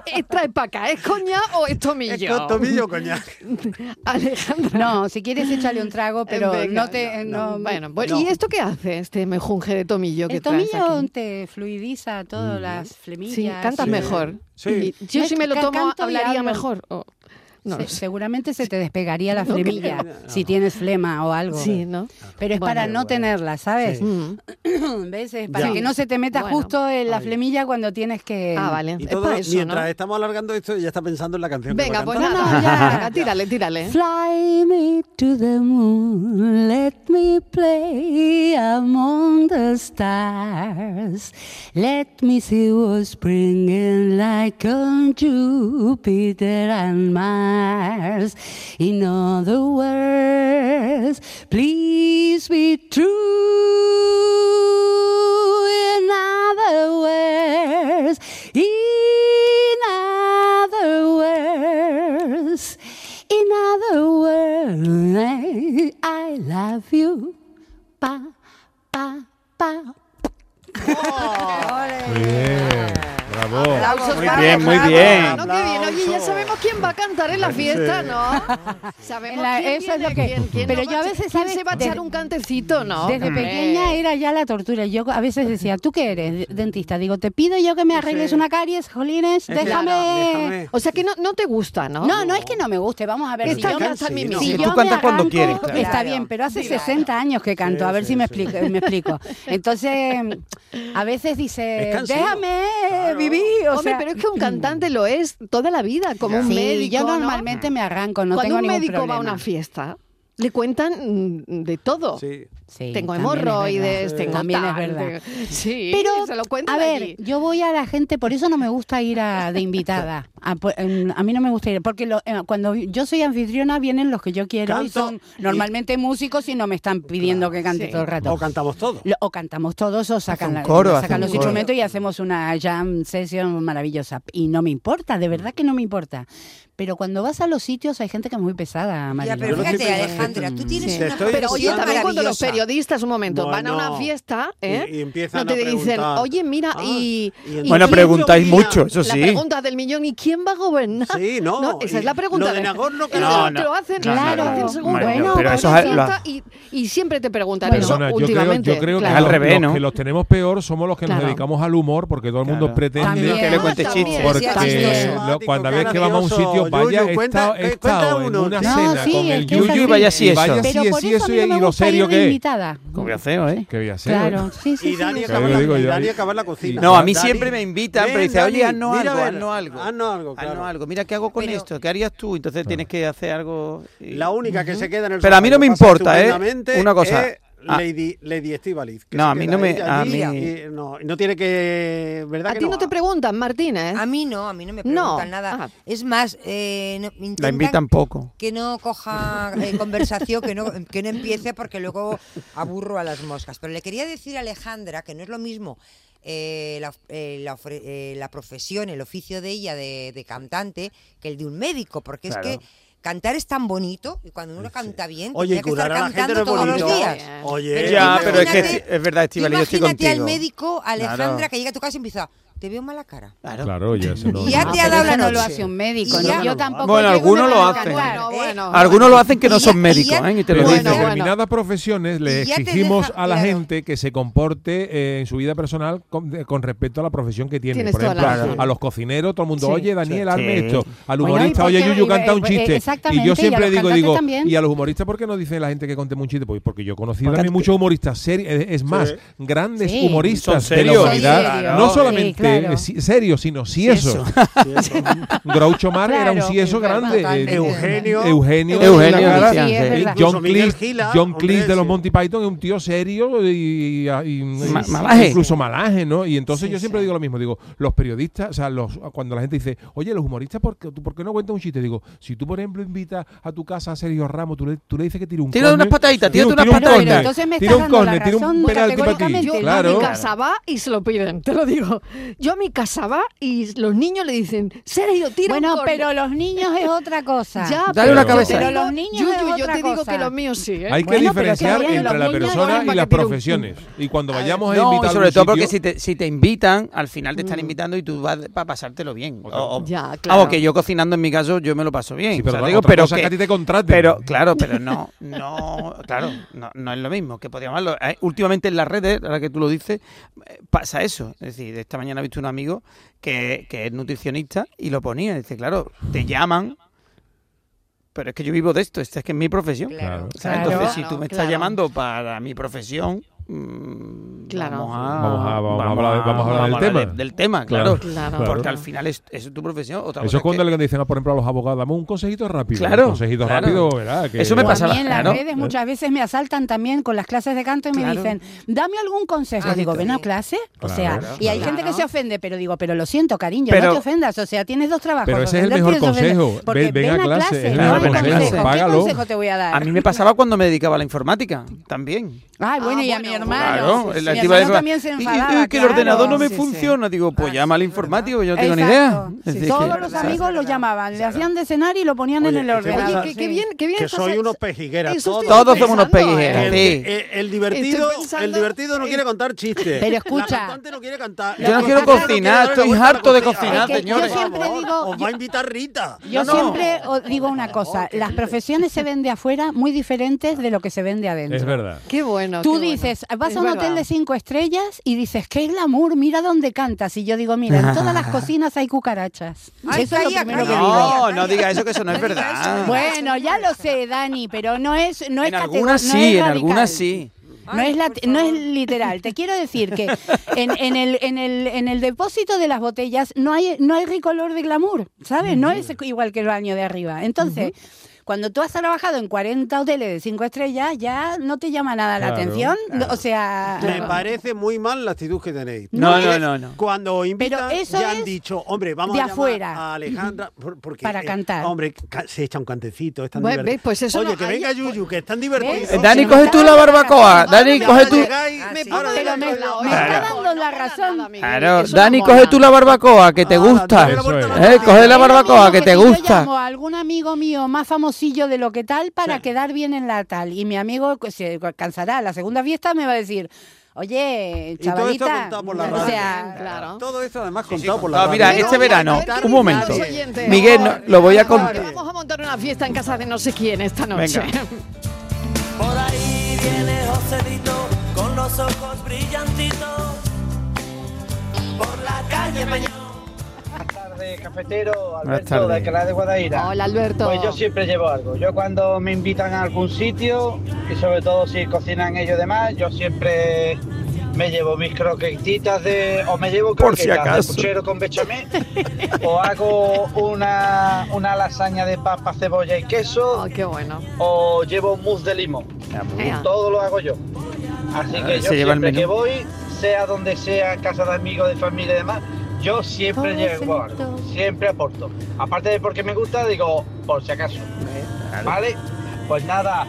Eh, Trae para acá. ¿Es coña o es tomillo?
Es con tomillo coñac.
Alejandra.
No, si quieres échale un trago, pero
Venga,
no te...
no,
no-
bueno, bueno, ¿y esto qué hace este mejunje de tomillo que
El
traes
tomillo
aquí?
te fluidiza
Mm.
todas las flemillas.
Sí, cantas
y-
mejor.
Sí.
Y yo
No,
si me lo
ca-
tomo
canto y
hablaría
hablo.
mejor. o- no
Se-
lo sé.
seguramente se te despegaría la
No creo.
flemilla si tienes flema o algo.
Sí, ¿no?
Pero es
Bueno,
para no
bueno.
tenerla, ¿sabes?
Sí.
Mm.
¿Ves? Es para
Ya.
que no se te meta
Bueno.
justo en la
Ay.
flemilla cuando tienes que...
Ah, vale.
Y
Es
todo,
para eso,
mientras
¿no?
estamos alargando esto, ella está pensando en la canción. que va
Venga,
a
pues
cantar.
nada,
No, ya.
venga, tírale,
¿eh?
tírale.
Fly me to the moon, let me play among the stars. Let me see what spring is like on Jupiter and Mars. In other words, please be true. In other words, in other words, in other words, I, I love you. Pa, pa, pa.
Muy bien, bravo.
Aplausos
Muy
para
bien, muy
Rafa.
bien.
No, qué bien. Oye, ya sabemos quién va a cantar en la fiesta, ¿no? Sabemos
En la-
quién
eso es
viene,
lo que-
quién- quién
pero
nos
yo
va
a veces,
quién
¿sabes?
se va a echar
Desde-
un cantecito, ¿no?
Desde
Hombre.
pequeña era ya la tortura. Yo a veces decía, ¿tú qué eres? Dentista. Digo, te pido yo que me arregles una caries, jolines,
Claro,
déjame.
déjame.
O sea que no, no te gusta, ¿no?
No, no es que no me guste, vamos a ver.
Esta
yo me-
casa al
sí,
mismo.
no.
si
Sí,
yo
tú
me
cantas cuando
arranco-
quieres, claro.
Está bien, pero hace 60 años que canto, a
Sí,
ver
sí,
si me
sí.
explico. me explico. Entonces, a veces dice,
Es cansino,
déjame
claro.
vivir. O
Hombre,
sea, mm.
pero es que un cantante lo es toda la vida, como un
sí,
médico.
yo
¿no?
normalmente me arranco, no
Cuando
tengo
un
ningún
médico va a
problema.
una fiesta, le cuentan mm, de todo.
Sí.
Sí,
Tengo
también es
hemorroides,
verdad.
tengo
También es
tal,
verdad.
tengo- Sí,
Pero,
se lo cuentan
a ver,
allí.
yo voy a la gente, por eso no me gusta ir a- de invitada. A, po- em, a mí no me gusta ir, porque lo- eh, cuando vi- yo soy anfitriona vienen los que yo quiero y
Canto
son
y-
normalmente músicos y no me están pidiendo que cante
sí.
todo el rato.
O cantamos todo.
Lo- O cantamos todos o sacan,
un
la-
coro, hace
sacan
un
los
coro.
instrumentos y hacemos una jam session maravillosa. Y no me importa, de
Mm.
verdad que no me importa. Pero cuando vas a los sitios hay gente que es muy pesada,
Ya,
Marilo.
pero
Yo no
fíjate,
estoy
Alejandra, tú tienes
Sí. Te
una
estoy
Pero oye,
Sí,
también cuando los
maravillosa.
periodistas, un momento, van a una
Bueno,
fiesta, ¿eh?
y- y empiezan
no te
a
dicen,
preguntar.
oye, mira,
Ah,
y,
y
y
entonces-
Bueno,
quién
preguntáis
domina
mucho, eso
La
sí.
pregunta del millón, ¿y quién va a gobernar?
Sí, no,
esa
y
es la pregunta.
lo de Nagorno-
Eso
No,
te lo
no,
hacen,
no, no,
claro.
no,
hacen
no,
según,
no,
bueno,
pero
va
eso
a una
es- lo ha-
fiesta y, y siempre te preguntan
Perdona,
eso
yo creo,
últimamente.
yo creo que
claro.
al
los-
revés,
los
¿no?
que los tenemos peor somos los que
Claro.
nos dedicamos al humor, porque todo el mundo
Claro.
pretende
También.
que le cuente
También.
chistes.
Por-
Sea
Porque
chistoso.
lo- cuando ves que vamos a un
gracioso.
sitio, vaya,
Yuyu,
he
cuenta-
estado, he
eh, cuenta
estado en
uno,
una
sí.
No,
cena
sí,
con
es
el
que es
Yuyu
así.
y vaya si
Y
eso.
vaya si
Pero
sí,
por
sí,
eso a
eso
mí no
y
me
lo
gusta
serio
ir de
que es.
invitada.
Como ya feo, ¿eh?
Que voy a hacer.
Claro, sí, sí.
Y Dani
sí, sí.
Claro,
acaba, la,
digo yo.
Dani acaba la cocina.
No,
a mí
Dani,
siempre me invitan, pero
ven,
dice, oye,
Dani,
haznos
mira,
algo,
a ver,
haznos algo.
haznos algo,
Haznos
claro. Ah.
algo. Mira, ¿qué hago con
Pero-
esto? ¿Qué harías tú? Entonces tienes que hacer algo. y-
La única que se queda en el
Pero a
sofá
mí
y
no
lo
me
pasa
importa, ¿eh?
estupendamente
Una cosa.
es
Ah.
Lady, Lady Estíbaliz. que
No,
se
a mí
queda
no me-
ella
a
allí
mí-
y eh, no, y no tiene que... ¿Verdad
A
que
ti no te preguntan, Martínez.
A mí no, a mí no me
No.
preguntan nada.
Ah.
Es más, eh, no-
La
intentan
invitan poco.
que no coja eh, conversación, que no, que no empiece porque luego aburro a las moscas. Pero le quería decir a Alejandra que no es lo mismo eh, la, eh, la ofre- eh, la profesión, el oficio de ella de, de cantante que el de un médico, porque es
Claro. Pues
que cantar es tan bonito y cuando uno canta bien,
Oye,
tendría que
curar
estar
a la gente
cantando
no es
todos
bonito.
los días.
Oye,
Pero
ya,
tú
pero es que
imagínate-
es verdad, Estivali, yo estoy
Imagínate
contigo.
al médico, Alejandra,
Claro.
que llega a tu casa y empieza. te veo mala cara. Ah,
Claro,
ya se lo-
Y ya te ha
pero
dado
eso
la
no
noche.
lo hace un médico,
Y
¿no?
ya-
Yo tampoco
Bueno,
llego y
algunos
me
lo
van a
hacen.
cargar.
bueno,
Algunos lo hacen que no
Y ya-
son médicos,
y ya-
¿eh? Y te
Pero
lo
Bueno,
dice,
bueno.
determinadas profesiones le
Y ya te
exigimos
deja-
a la
claro.
gente que se comporte eh, en su vida personal con, de- con respecto a la profesión que tiene.
Tienes
Por
toda
ejemplo,
la
a-
razón.
a los cocineros, todo el mundo,
Sí.
oye, Daniel, hazme
Sí.
esto. Al
Bueno,
humorista,
¿y por
oye,
qué?
Yuyu,
Y-
canta un
eh, eh,
chiste. Y
exactamente,
yo
y
siempre
a los
digo,
cantantes
digo,
también.
y a los humoristas, ¿por qué no dice la gente que conte un chiste? Pues porque yo conocí
Porque
también
antes-
muchos humoristas serios, es- es más,
Sí.
grandes
Sí.
humoristas
Son
de la
serios.
humanidad,
Serios.
no
Sí,
solamente
claro.
eh, si- serios, sino siesos. Groucho Mar era un
Claro.
sieso grande. eh,
Eugenio.
Eugenio
Eugenio. Eugenio
Gala.
Sí, es verdad.
Incluso
Eh, John
Miguel
Cleese,
Gila,
John
hombre,
Cleese de los
sí.
Monty Python es un tío serio y, y- y-
Ma-
y-
malaje.
incluso malaje, ¿no? Y entonces
Sí,
yo siempre
sí.
digo lo mismo, digo, los periodistas, o sea, los, cuando la gente dice, oye, los humoristas, ¿por qué, tú por qué no cuentas un chiste? Digo, si tú, por ejemplo, invitas a tu casa a Sergio Ramos, tú le, tú le dices que tire un
Tira unas
córner,
pataditas,
tira
tírate
un-
unas
tira un
pataditas.
córner,
Entonces me
tira
estás
un
dando la
córner, tira un
razón
penalti para ti.
categóricamente, ¿no?
Yo a
Claro.
mi casa va y se lo piden, te lo digo. Yo a mi casa va y los niños le dicen, Sergio, tira un
Bueno,
córner".
pero los niños es otra cosa.
Ya,
Dale una
Pero-
cabeza.
Pero
Yo-
los niños
Yuyu,
es
yo,
otra
te digo
cosa.
que los míos sí, ¿eh?
Hay que
Bueno, pero
diferenciar
que vayan
entre
los
la
niños,
persona
vayan
y
pa'
las
que tire un-
profesiones. Y cuando vayamos a
No,
invitar
y
a
sobre
algún
todo porque
sitio-
si te, si te invitan, al final te
Mm.
están invitando y tú vas para pasártelo bien. O- o- ah,
Ya,
Vamos,
claro.
que yo cocinando en mi caso, yo me lo paso bien.
Sí,
O sea,
pero otra
digo, pero
cosa es que a ti te contraten.
Pero, claro, pero no, no, claro, no, no es lo mismo que podríamos hablarlo. Eh, Últimamente en las redes, ahora que tú lo dices, eh, pasa eso. Es decir, esta mañana he visto un amigo que, que es nutricionista y lo ponía. Dice, claro, te llaman, pero es que yo vivo de esto, esta es que es mi profesión.
Claro.
Claro.
O sea,
Claro.
entonces, si tú me estás
Claro.
llamando para mi profesión, mm,
Claro.
vamos a
Vamos a- vamos a hablar- vamos a hablar del tema.
de- tema, claro.
Claro.
Porque al final es, eso es tu profesión. Otra
Eso
cosa
es cuando
que-
le dicen, "Ah, por ejemplo, a los abogados, dame un consejito rápido.
Claro,
Un consejito
claro.
rápido, ¿verdad? Que-
Eso me
O
pasa
a mí
la-
en las
claro.
redes muchas veces me asaltan también con las clases de canto y me
Claro.
dicen, dame algún consejo.
Ah,
digo,
sí.
ven a clase. O
Claro,
sea,
claro.
y hay
Claro.
gente que se ofende, pero digo, pero lo siento, cariño,
Pero-
no te ofendas. O sea, tienes dos trabajos.
Pero ese es el
ofenderte
mejor
y desofender-
consejo.
Porque
Ven- ven a clase, es el
no
mejor
hay
consejo.
Págalo.
¿Qué consejo te voy a dar?
A mí me pasaba cuando me dedicaba a la informática también.
Ay, bueno,
Ah,
y a
bueno,
mi hermano.
Claro,
sí, sí,
la
mi
activa de-
hermano también se
Y- y- y
enfadaba.
que el
Ah, claro.
ordenador no me
Sí, Ah, sí.
funciona. Digo, pues llama al informático, yo no tengo ni idea.
Exacto.
Es decir,
Todos
que-
los
¿sabes?
amigos lo llamaban, le hacían de cenar y lo ponían en
Oye,
el
que te voy a
ordenador.
Oye,
Claro.
que, que bien, que bien.
Que
estás-
soy unos pejigueras.
Eso estoy
Todos somos unos
pensando,
pejigueras.
¿eh?
El,
Sí.
el- el divertido,
Estoy pensando-
el divertido no quiere contar chistes.
Pero
La
escucha.
cantante no quiere cantar.
Yo
La
no quiero
cantante
cocinar,
quiere darle la
estoy
vuelta a la
harto de
cocina.
cocinar,
Es que yo señores. siempre
Por favor,
digo-
Os va a invitar Rita.
Yo
No, no.
siempre os digo una
Oh,
cosa, las profesiones se ven de afuera muy diferentes de lo que se vende adentro.
Es verdad.
Qué bueno.
Tú
qué bueno.
dices, vas
Es
a un
verdad.
hotel de cinco estrellas y dices, qué glamour, mira dónde cantas. Y yo digo, mira, en todas las cocinas hay cucarachas.
Ay,
Eso es lo
calla,
primero que
calla.
digo.
No, no diga eso, que eso no es
No diga eso.
verdad.
Bueno, ya lo sé, Dani, pero no es no es
en algunas
categor- no
sí,
es
en
radical.
algunas sí.
No es, la-
Ay, por
no es
favor.
literal. Te quiero decir que en, en el, en, el, en el depósito de las botellas no hay, no hay rico olor de glamour, ¿sabes? No es igual que el baño de arriba. Entonces, cuando tú has trabajado en 40 hoteles de 5 estrellas, ya no te llama nada
Claro,
la atención.
claro.
O sea.
Me parece muy mal la actitud que tenéis.
No,
Porque
no, no, no.
Cuando os invitan,
Pero eso
ya han
es
dicho, hombre, vamos
de
a llamar
afuera.
a Alejandra por- porque,
Para cantar.
Hombre, ca- se echa un cantecito, es tan
Bueno,
divertido.
¿ves? Pues eso
Oye,
no-
que
ahí-
venga Yuyu, que es tan divertido.
¿Ves?
Dani,
Sí,
coge
me
tú
está
la
dando la
barbacoa.
razón.
Dani,
Ya
coge tú.
llegáis,
Ah,
me
sí.
paro de
Pero me,
otro
me
lado.
está
Claro.
dando la
Nada,
razón.
Miguel,
Claro,
eso no
Dani,
mola.
coge tú la barbacoa, que te
Ah,
gusta.
dale la vuelta a la
Eso
Eh,
tortilla.
coge la
Es lo
barbacoa,
mismo
que te
si Yo
gusta.
llamo a algún amigo mío más famosillo de lo que tal para quedar bien en la tal. Y mi amigo pues, se cansará. La segunda fiesta me va a decir, oye,
Y todo esto
chavalita.
contado por la
o
radio.
sea,
claro.
Todo esto además contado por la
No,
radio.
mira, este
Pero
verano,
vamos a ver
un
qué
momento.
dicen los oyentes.
Miguel, no, lo voy a
Claro, que
contar.
Vamos a montar una fiesta en casa de no sé quién esta noche.
Venga.
Por ahí viene Joselito con los ojos brillantitos. Por la calle Peñón.
Buenas tardes, cafetero.
Buenas
Alberto, de
tardes.
Alcalá de Guadaira.
Hola, Alberto.
Pues yo siempre llevo algo. Yo cuando me invitan a algún sitio, y sobre todo si cocinan ellos demás, yo siempre me llevo mis croquetitas de... o me llevo
Por si
croquetas
acaso.
de puchero con bechamel, o hago una, una lasaña de papa, cebolla y queso,
Oh, qué bueno.
o llevo mousse de limón.
Venga.
Todo lo hago yo. Así
Ah,
que yo
se lleva el
siempre que
menú.
voy, sea donde sea, en casa de amigos, de familia y demás, yo siempre llevo algo, siempre aporto. Aparte de porque me gusta, digo, por si acaso. ¿Vale? Pues nada,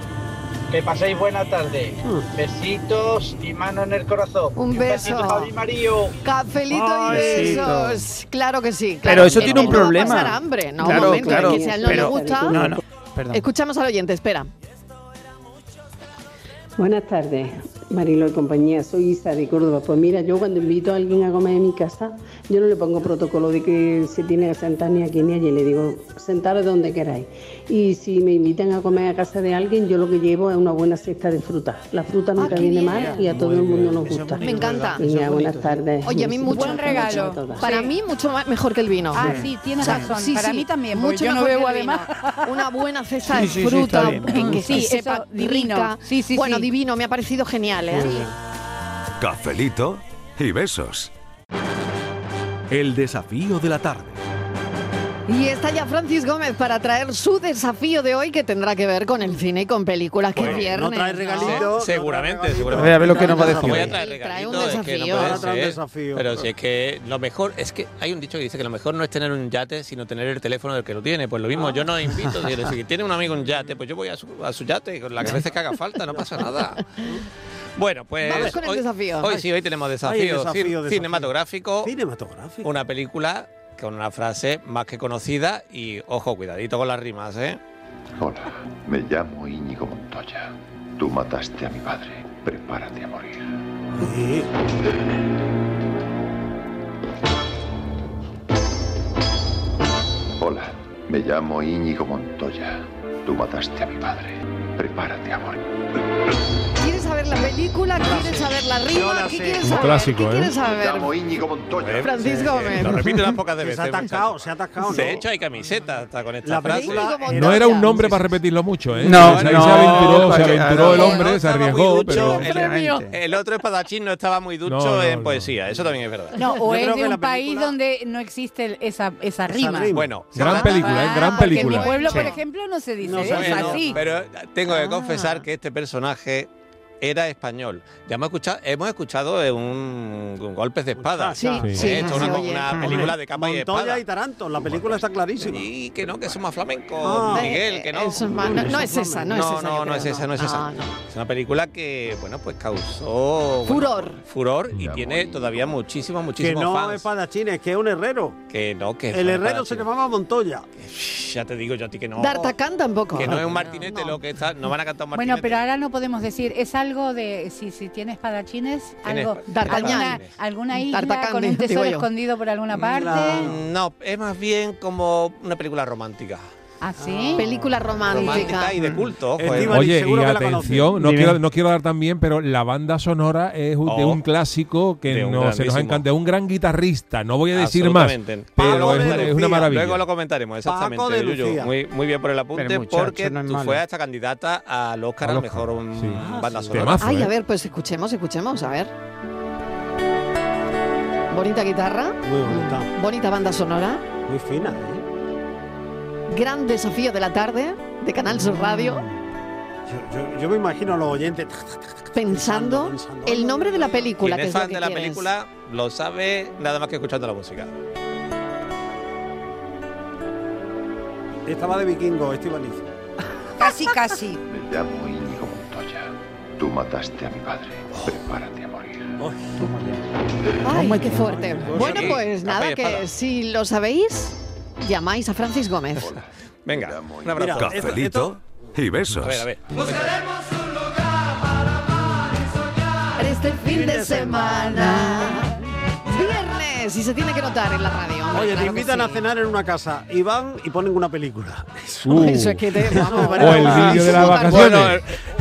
que paséis buena tarde.
Mm.
Besitos y mano en el corazón.
Un
besito
beso.
Javi Mario.
Cafelito y
besito.
besos. Claro que sí. claro
Pero eso
que
tiene
sí.
un
No va a
problema.
pasar hambre, ¿no?
Claro,
un momento,
claro,
es que si a él no
pero-
le gusta.
No, no, perdón.
Escuchamos al oyente, espera.
Buenas tardes.
Marilo y compañía, soy Isa de Córdoba. Pues mira, yo cuando invito a alguien a comer en mi casa, yo no le pongo protocolo de que se tiene que sentar ni aquí ni allí, le digo, sentaros donde queráis. Y si me invitan a comer a casa de alguien, yo lo que llevo es una buena cesta de fruta. La fruta nunca
Ah,
qué
viene
bien.
mal y a todo el mundo nos gusta.
Me encanta.
Venga, buenas tardes.
Oye, a mí mucho.
Buenas noches a todas.
Para mí mucho más- mejor que el vino.
Ah, sí, tienes razón. Para mí también, porque yo no
mejor
bebo
que el vino. Una buena cesta de
Sí, sí, sí,
fruta
está bien.
que- que
Sí,
sepa
eso, divino.
rica.
Sí, sí,
bueno,
sí.
divino, me ha parecido genial, ¿eh?
Cafelito y besos. El desafío de la tarde.
Y está ya Francis Gómez para traer su desafío de hoy que tendrá que ver con el cine y con películas que
Bueno, no
viernes.
trae regalito.
Seguramente,
A
seguramente.
ver, a ver lo que nos va a decir.
Voy a traer regalitos, es que no
desafío.
puede
Ahora trae un
ser.
desafío.
Pero si es que lo mejor es que hay un dicho que dice que lo mejor no es tener un yate, sino tener el teléfono del que lo tiene. Pues lo mismo, yo
Ah.
no invito. Si si tiene un amigo un yate, pues yo voy a su, a su yate con las veces que haga falta, no pasa nada. Bueno, pues
Vamos con el
hoy,
desafío.
hoy sí, hoy tenemos desafío,
Ay, el desafío,
cin-
desafío.
cinematográfico.
Cinematográfico.
Una película con una frase más que conocida y ojo, cuidadito con las rimas, ¿eh?
Hola, me llamo Íñigo Montoya. Tú mataste a mi padre. Prepárate a morir. Hola, me llamo Íñigo Montoya. Tú mataste a mi padre. Prepárate a morir.
¿Quieres saber la película? ¿Quieres saber la rima? ¿Qué quieres saber?
¿eh?
¿Qué quieres
Me
saber?
llamo Íñigo Montoya.
Francis Gómez.
Lo repite unas pocas de
Que se
veces.
ha atascado,
muchacho.
se ha atascado,
De
¿no?
hecho, hay camiseta hasta con esta
La
frase.
película
No era un nombre para repetirlo mucho, ¿eh?
No,
O sea, ahí
no,
se aventuró, se
porque-
aventuró el
no,
hombre,
no
se
estaba muy
arriesgó,
ducho,
pero...
el Obviamente.
El otro espadachín no estaba muy ducho
No, no,
en
no.
poesía, eso también es verdad.
No, o
Yo creo
es
que
de
la
un país donde no existe el- esa, esa rima.
Bueno,
Gran película, ¿eh? Gran
Porque en mi
película.
pueblo, por
Sí.
ejemplo, no se dice
No
eso,
sabía, no,
así.
Pero tengo que confesar que este personaje era español. Ya hemos escuchado, hemos escuchado eh, un, un golpes de espada.
Sí,
Eh,
sí, sí,
esto una,
se oye.
una
Hombre,
película de capa y espada.
Montoya y Taranto, la película está clarísima.
Y que no, que somos flamencos,
Ah.
Miguel, que no.
Eso es más- no- no es esa, no es esa, yo
No, no
creo,
es esa, no es
no.
Ah,
esa. Es una película que, bueno, pues causó... bueno,
Furor.
furor y tiene todavía muchísimos,
Que
muchísimos
no
fans.
es padachines, que es un herrero.
Que no, que
El
no,
herrero se
espérate.
llamaba Montoya.
Ya te digo yo a ti que no.
D'Artagnan tampoco.
Que no es un martinete lo que está. No van a cantar un martinete.
Bueno, pero ahora no podemos decir, es algo de, si, si tiene espadachines,
Tiene
algo,
D'Artagnan.
alguna, alguna isla
D'Artagnan,
con un
digo
tesoro
yo.
escondido por alguna parte.
Mm, No, es más bien como una película romántica.
Así.
Película romántica.
Romántica y de culto. ojo, eh.
Oye, y atención, no
Dime.
quiero, no quiero dar también, pero la banda sonora es un- de
Oh,
un clásico
de
que
un
no, se nos
grandísimo.
encanta, de un gran guitarrista, no voy a decir más,
Absolutamente.
pero
Luego
es,
lo
una- es una
comentaremos.
maravilla.
Luego lo comentaremos,
Paco de
exactamente, Yuyu.
Lucía.
Muy, muy bien por el apunte,
Pero, muchacho,
porque
no es
tú
malo.
fueras esta candidata al Oscar a
Al
la
Oscar,
mejor um,
sí.
banda
sí.
sonora.
Temazo,
Ay,
¿eh?
a ver, pues escuchemos, escuchemos, a ver. Bonita guitarra,
Muy bonita,
bonita banda sonora,
muy fina, ¿eh?
gran desafío de la tarde de Canal Sur Radio,
Yo, yo- yo me imagino a los oyentes.
pensando el nombre de la película,
Quien es
que es lo
fan
que
de la
quieres.
película lo sabe nada más que escuchando la música.
Estaba de vikingo, Estivaliz.
Casi, casi.
Me llamo Íñigo Montoya. Tú mataste a mi padre. Prepárate a morir.
Ay, qué fuerte. Bueno,
Sí,
pues
capa y
nada, que
espada.
si lo sabéis, llamáis a Francis Gómez.
Venga, un
Mira,
abrazo.
esto-
Cafelito y
A ver, a
besos.
ver.
Este fin de semana. Viernes, y se tiene que notar en la radio. hombre,
Oye,
claro
te
que
invitan a
sí.
cenar en una casa y van y ponen una película. Eso.
Uh,
Eso es que te. Vamos,
o el vídeo de las vacaciones.
Bueno,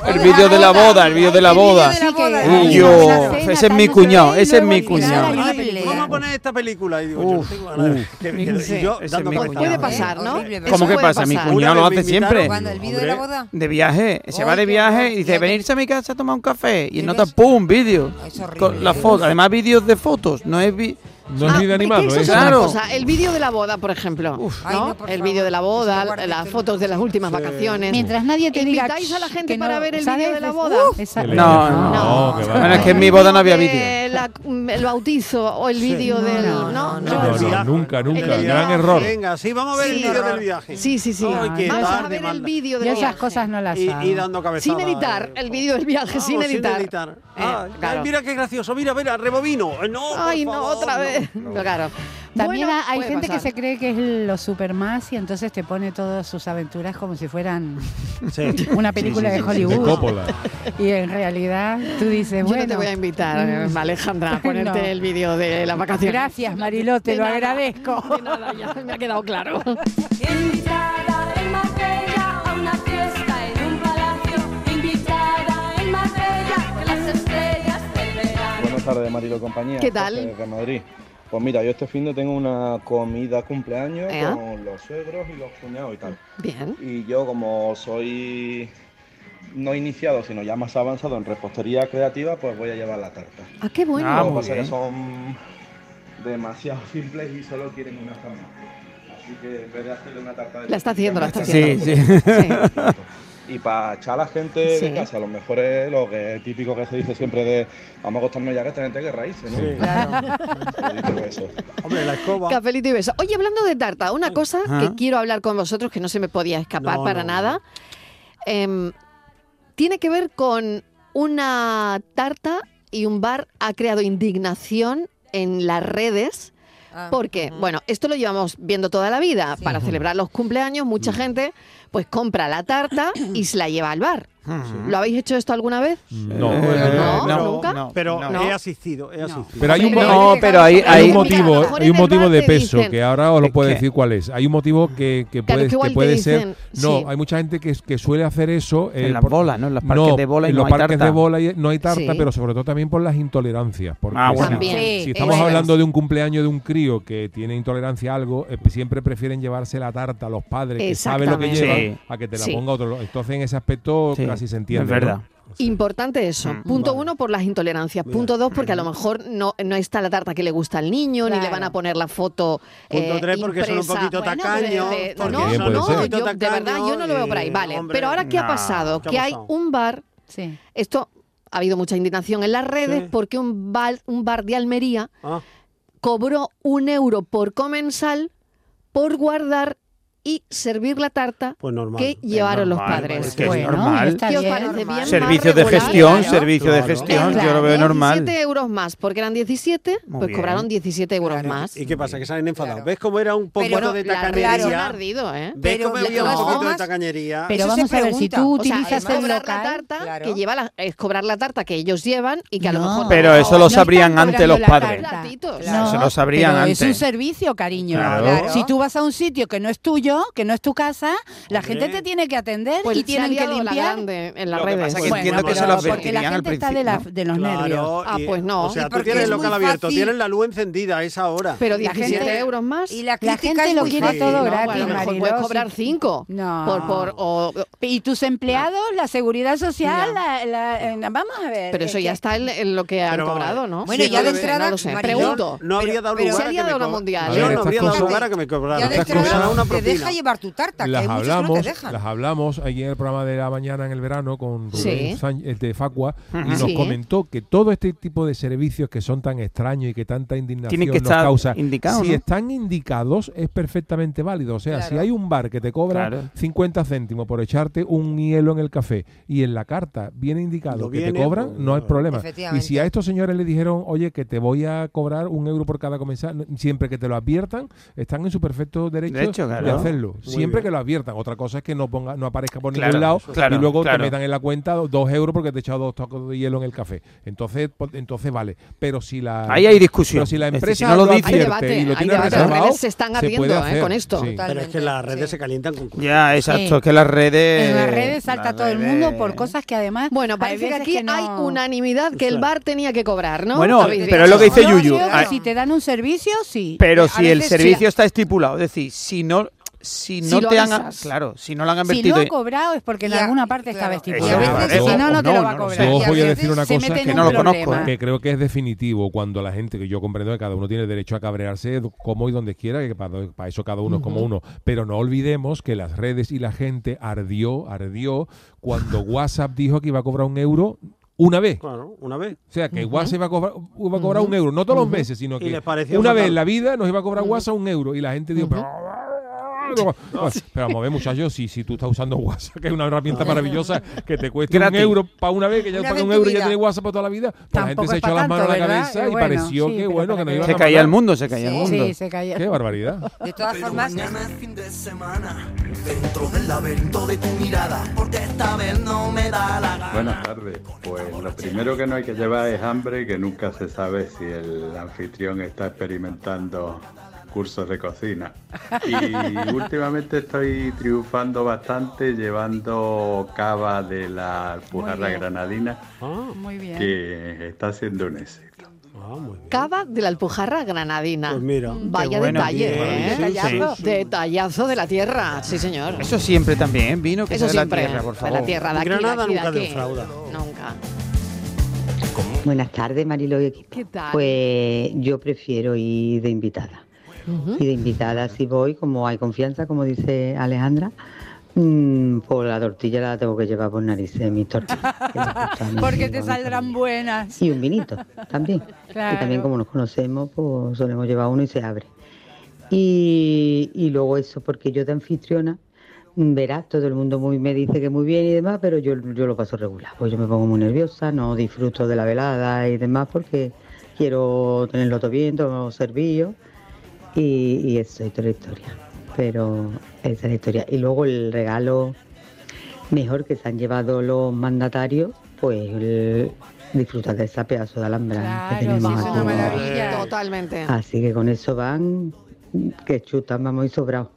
el, el vídeo de la boda, el vídeo de la boda.
Sí, que-
Uy,
que
yo-
una cena,
ese es mi
tal, no sé
cuñado,
qué, y
ese es
luego
mi
al final
cuñado.
hay una
Ay,
pelea.
¿cómo
Vamos a poner esta película. Y digo, yo no
Uf,
tengo ganas de-
uf.
que- que-
Sí.
y yo
Ese es
dando
mi
cuenta.
Puede
cuñado.
pasar, ¿no?
Horrible,
Eso
¿Cómo que
puede
pasa? Mi
pasar.
cuñado
Una
lo
vez
hace
me invitaron
siempre.
Cuando el vídeo de la boda.
De viaje, se
Ay,
va de
qué
viaje y
horror.
dice,
Ya te-
venirse a mi casa a tomar un café. Y
¿Qué
nota,
ves?
¡pum! Vídeo.
Es horrible.
Con la foto. Además, vídeos de fotos. No es vi-
No es
Ah,
ni de
es que
animado,
eso
¿eh?
pues
es
Claro.
una cosa. El vídeo de la boda, por ejemplo. ¿no?
Ay, no, por
el
favor.
vídeo de la
Eso
boda,
guarda
las
tú.
fotos de las últimas
Sí.
vacaciones.
este Mientras nadie te diga.
¿Invitáis a la
"Shh,
gente
que
para
no",
ver el
¿sabes?
vídeo de la
Es-
boda?
¡Uf! Esa-
Qué
No, no,
No.
no, que va.
Bueno, es que en mi boda no había vídeo.
Eh, la- el bautizo o el vídeo del. No, no,
No, no,
viaje.
nunca,
El
nunca,
del
gran
viaje.
error.
Venga, sí, vamos a ver
Sí.
el vídeo del viaje.
Sí, sí, sí.
Ay, qué
Vamos a
tarde,
ver el
manda.
vídeo del
Yo esas
viaje.
cosas no las
Y,
hago.
y dando cabezadas.
Sin editar,
eh.
el vídeo del viaje,
Vamos,
sin editar. Eh,
Ah, ay,
claro.
mira qué gracioso, mira, mira, rebobino. Eh, No, por
Ay, no,
favor,
otra
no.
vez. Claro.
También
Bueno,
ha- hay
puede
gente
pasar.
que se cree que es lo supermás y entonces te pone todas sus aventuras como si fueran una película
Sí, sí,
de
sí, sí,
Hollywood.
Coppola.
Y en realidad tú
Yo
dices,
no te
bueno. Mm.
voy a invitar, eh, Alejandra, a ponerte el vídeo de las vacaciones.
Gracias, Mariló, te
De
lo
nada.
agradezco.
De nada, ya me ha quedado claro.
Invitada en Marbella a una fiesta en un palacio. Invitada en Marbella con las estrellas del verano.
Buenas tardes, Marilo Compañía.
¿Qué tal?
Jorge Desde Madrid. Pues mira, yo este fin de tengo una comida cumpleaños
Ea.
con los suegros y los cuñados y tal.
Bien.
Y yo como soy no iniciado, sino ya más avanzado en repostería creativa, pues voy a llevar la tarta.
Ah, qué bueno.
Lo que pasa es que son demasiado simples y solo quieren una fama. Así que en vez de hacerle una tarta de
La está haciendo, la está
chocolate,
haciendo.
me
Sí,
está haciendo. Y para echar a la gente
Sí.
de casa, a lo mejor es lo que típico que se dice siempre de vamos a acostarnos ya que esta gente que raíces, ¿no? Yo digo eso.
Hombre, la escoba.
Cafelito y beso. Oye, hablando de tarta, una cosa
Oh. Ajá.
que quiero hablar con vosotros que no se me podía escapar
No,
para
no,
nada. Em, tiene que ver con una tarta y un bar ha creado indignación en las redes.
Ah,
Porque, bueno, esto lo llevamos viendo toda la vida. Para celebrar los cumpleaños, mucha
Mm.
gente pues compra la tarta y se la lleva al bar.
Mm.
¿Lo habéis hecho esto alguna vez?
No,
no,
no,
nunca. Pero
No.
he asistido, he asistido.
Pero hay un,
Pero-
mo-
No, pero hay-
hay
hay-
un motivo,
Mira, a lo mejor
hay un
en el
motivo
bar
de
te
peso
dicen-
que ahora os lo
Es
puedo
que-
decir cuál es. Hay un motivo que, que
Claro,
puede,
que igual
que
te
puede
dicen,
ser. No,
sí.
hay mucha gente que, que suele hacer eso
En
eh,
las bolas, ¿no? En los parques de bola y
en
no
los
hay
parques
tarta.
de bola y- no hay tarta,
Sí.
pero sobre todo también por las intolerancias. Porque
Ah,
si-
bueno.
si,
También. Sí,
estamos
eso es.
hablando de un cumpleaños de un crío que tiene intolerancia a algo, eh, siempre prefieren llevarse la tarta a los padres que saben lo que llevan
Exactamente. Sí.
a que te la
Sí.
ponga otro. Entonces en ese aspecto
Sí,
casi se entiende.
es verdad.
¿no?
Importante eso.
Mm,
Punto uno, por las intolerancias. Punto dos, porque a lo mejor no, no está la tarta que le gusta al niño, ni le van a poner la foto. eh,
Punto tres, porque son un
impresa.
poquito
Bueno,
tacaños,
de- de-
porque
no,
son
no,
un
no,
poquito
yo, de verdad, yo no lo veo por ahí.
tacaños,
Vale,
hombre.
pero ahora, ¿qué ha
No,
pasado?
¿qué ha
que hay
pasado?
un bar. Esto ha habido mucha indignación en las redes
Sí.
porque un bar, un bar de Almería
Ah.
cobró un euro por comensal por guardar y servir la tarta
Pues normal.
que llevaron los
normal,
padres.
es que es Bueno, normal. está
¿Qué os
bien.
parece? Bien,
Servicio
más
de
regular,
gestión,
claro.
servicio de gestión, yo lo veo normal.
17 euros más, porque eran 17,
Muy
pues
bien.
cobraron 17 euros más.
¿Y qué pasa? Que salen enfadados. ¿Ves cómo era un poco
Pero
Pues de
la
tacanería?
relación ardido, ¿eh?
¿Ves
Pero
cómo
de
había un
todas
poquito
formas-
de tacañería?
Pero vamos a ver, si tú utilizas el
además-
cobrar la tarta,
Claro.
que lleva la- es cobrar la tarta que ellos llevan y que a lo
No.
mejor...
Pero eso lo sabrían antes los padres.
No,
Eso lo sabrían
pero Es un
antes.
servicio, cariño.
Claro. Claro.
Si tú vas a un sitio que no es tuyo, que no es tu casa, la gente te tiene que atender
Pues
y
se ha
tienen que
liado la
limpiar.
grande en las
Lo que
redes.
pasa es que entiendo que se lo
porque la
advertirían al
gente está de,
principio.
la- de los
Claro,
nervios.
Ah,
y-
pues
O sea, tú tienes el local abierto, tienes la luz encendida a esa hora.
Pero
La
17
gente-
euros más.
Y la
La gente lo quiere todo gratis,
a lo mejor
Mariló,
puedes
sí.
cobrar 5.
No.
Por, por, o-
Y tus empleados, la seguridad social, la, la- eh, vamos a ver.
pero eso ya está en, en lo que han
Pero vamos a ver.
cobrado, ¿no?
Bueno,
Sí,
ya
no
de
lo sé,
entrada,
no lo sé.
Mariló,
Pregunto.
no habría dado
Pero
lugar
se
a
ha
que
liado
me
una
co-
mundial.
Yo no habría dado lugar a que me
Ya
cobraran.
de
Me hubieran
entrada
dado una
te
propina.
deja llevar tu tarta, que hay
las
muchos que no
hablamos,
te dejan.
las hablamos aquí en el programa de la mañana en el verano con Rubén
Sí.
Sánchez eh, de Facua y
Ujú.
nos
Sí.
comentó que todo este tipo de servicios que son tan extraños y que tanta indignación
Tienen que
nos
estar
causa,
indicados,
si
¿no?
están indicados es perfectamente válido. O sea,
Claro.
si hay un bar que te cobra
Claro.
50 céntimos por echarte un hielo en el café y en la carta viene indicado
Lo
que te
viene,
cobran, no hay problema. Y
Efectivamente.
si a estos señores le dijeron, oye, que te voy a cobrar un euro por cada comensal, siempre que te lo adviertan, están en su perfecto derecho
De hecho,
de
claro.
hacerlo.
Muy
siempre que lo adviertan. Otra cosa es que no ponga, no aparezca por
Claro,
ningún lado
claro,
y luego
claro.
te metan en la cuenta do- dos euros porque te he echado dos tacos de hielo en el café. Entonces, po- entonces vale. Pero si la
Ahí hay discusión.
pero si la
Es decir,
empresa
si no lo
lo
dice- Hay
advierte
debate,
y lo
hay
tiene
debate.
reservado,
Las redes se están
puede
ardiendo, ¿eh?
hacer.
con esto.
Sí.
Pero es que las redes se calientan con cosas.
Ya, exacto,
Sí.
es que las redes.
En las redes salta todo el mundo por cosas que además.
Bueno, parece que aquí hay unanimidad que el bar tenía que cobrar, ¿no?
Bueno,
Habéis
pero es lo que
dicho.
dice Yuyu. Ah,
Si te dan un servicio, sí.
Pero
A
si el
veces
servicio está estipulado, es decir, si no, si no
Si lo
te han.
avisas.
Claro, si no lo han
Si
advertido.
lo ha cobrado es porque en alguna parte estaba estipulado. si no, no te lo va a cobrar.
Yo
Y
os
a
voy a
veces
decir una
se
cosa
mete en
que
un
no lo
problema.
conozco, que creo que es definitivo cuando la gente, que yo comprendo que cada uno tiene derecho a cabrearse do- como y donde quiera, que para, para eso cada uno es como
Ujú.
uno. Pero no olvidemos que las redes y la gente ardió, ardió cuando WhatsApp dijo que iba a cobrar un euro una vez.
Claro, una vez.
O sea, que WhatsApp iba a cobrar, iba a cobrar un euro, no todos los meses, sino
Y
que
les
una
pareció fatal.
vez en la vida nos iba a cobrar WhatsApp un euro. Y la gente dijo, pero Bueno, pero vamos a ver, muchachos, si, si tú estás usando WhatsApp, que es una herramienta
No.
maravillosa que te cuesta
Gratis.
un euro para una vez, que ya
Una
pagas
vez
un
en tu
euro y ya
vida.
tienes WhatsApp para toda la vida, pues la
Tampoco
gente se
es pa'
echó las manos a la
tanto, ¿verdad?
cabeza
Eh,
y
bueno,
pareció
sí,
que,
pero
bueno,
para
que no
que
iba
veas.
a
Se caía el
mandar.
mundo, se caía el Sí, mundo.
sí, se caía.
Qué barbaridad.
De todas
Pero
formas-
Mañana es fin de semana, dentro del laberinto de tu mirada, porque esta vez no me da la gana.
Buenas tardes. Pues lo primero que no hay que llevar es hambre, que nunca se sabe si el anfitrión está experimentando cursos de cocina. Y últimamente estoy triunfando bastante llevando cava de la
Muy
Alpujarra
bien. Ah,
Granadina,
Muy
que está siendo un éxito.
Cava de la Alpujarra Granadina.
Pues mira,
Vaya
qué bueno,
detalle,
bien,
¿eh?
maravilloso.
Detallazo,
Sí.
detallazo de la tierra, sí señor.
Eso siempre también, vino que
Eso
sea de la
siempre,
tierra, por
de
favor.
la tierra, de aquí, de
Granada
aquí, de
nunca
aquí.
defrauda.
Nunca.
Buenas tardes, Marilo y equipo.
¿Qué tal?
Pues yo prefiero ir de invitada. Y de invitada si voy, como hay confianza, como dice Alejandra, mm, pues la tortilla la tengo que llevar por narices, mis tortillas. que me gustan a mí,
Porque
mi
te
familia.
saldrán buenas.
Y un vinito también.
Claro.
Y también como nos conocemos, pues solemos llevar uno y se abre. Y, y luego eso, porque yo de anfitriona, mm, verás, todo el mundo muy, me dice que muy bien y demás, pero yo, yo lo paso regular. Pues yo me pongo muy nerviosa, no disfruto de la velada y demás porque quiero tenerlo todo bien, todo servido. Y, y eso es toda la historia. Pero esa es la historia. Y luego el regalo mejor que se han llevado los mandatarios, pues el- disfrutar de esa pedazo de alhambra que tenemos aquí.
Totalmente.
Así que con eso van, que chutan, vamos y sobrados.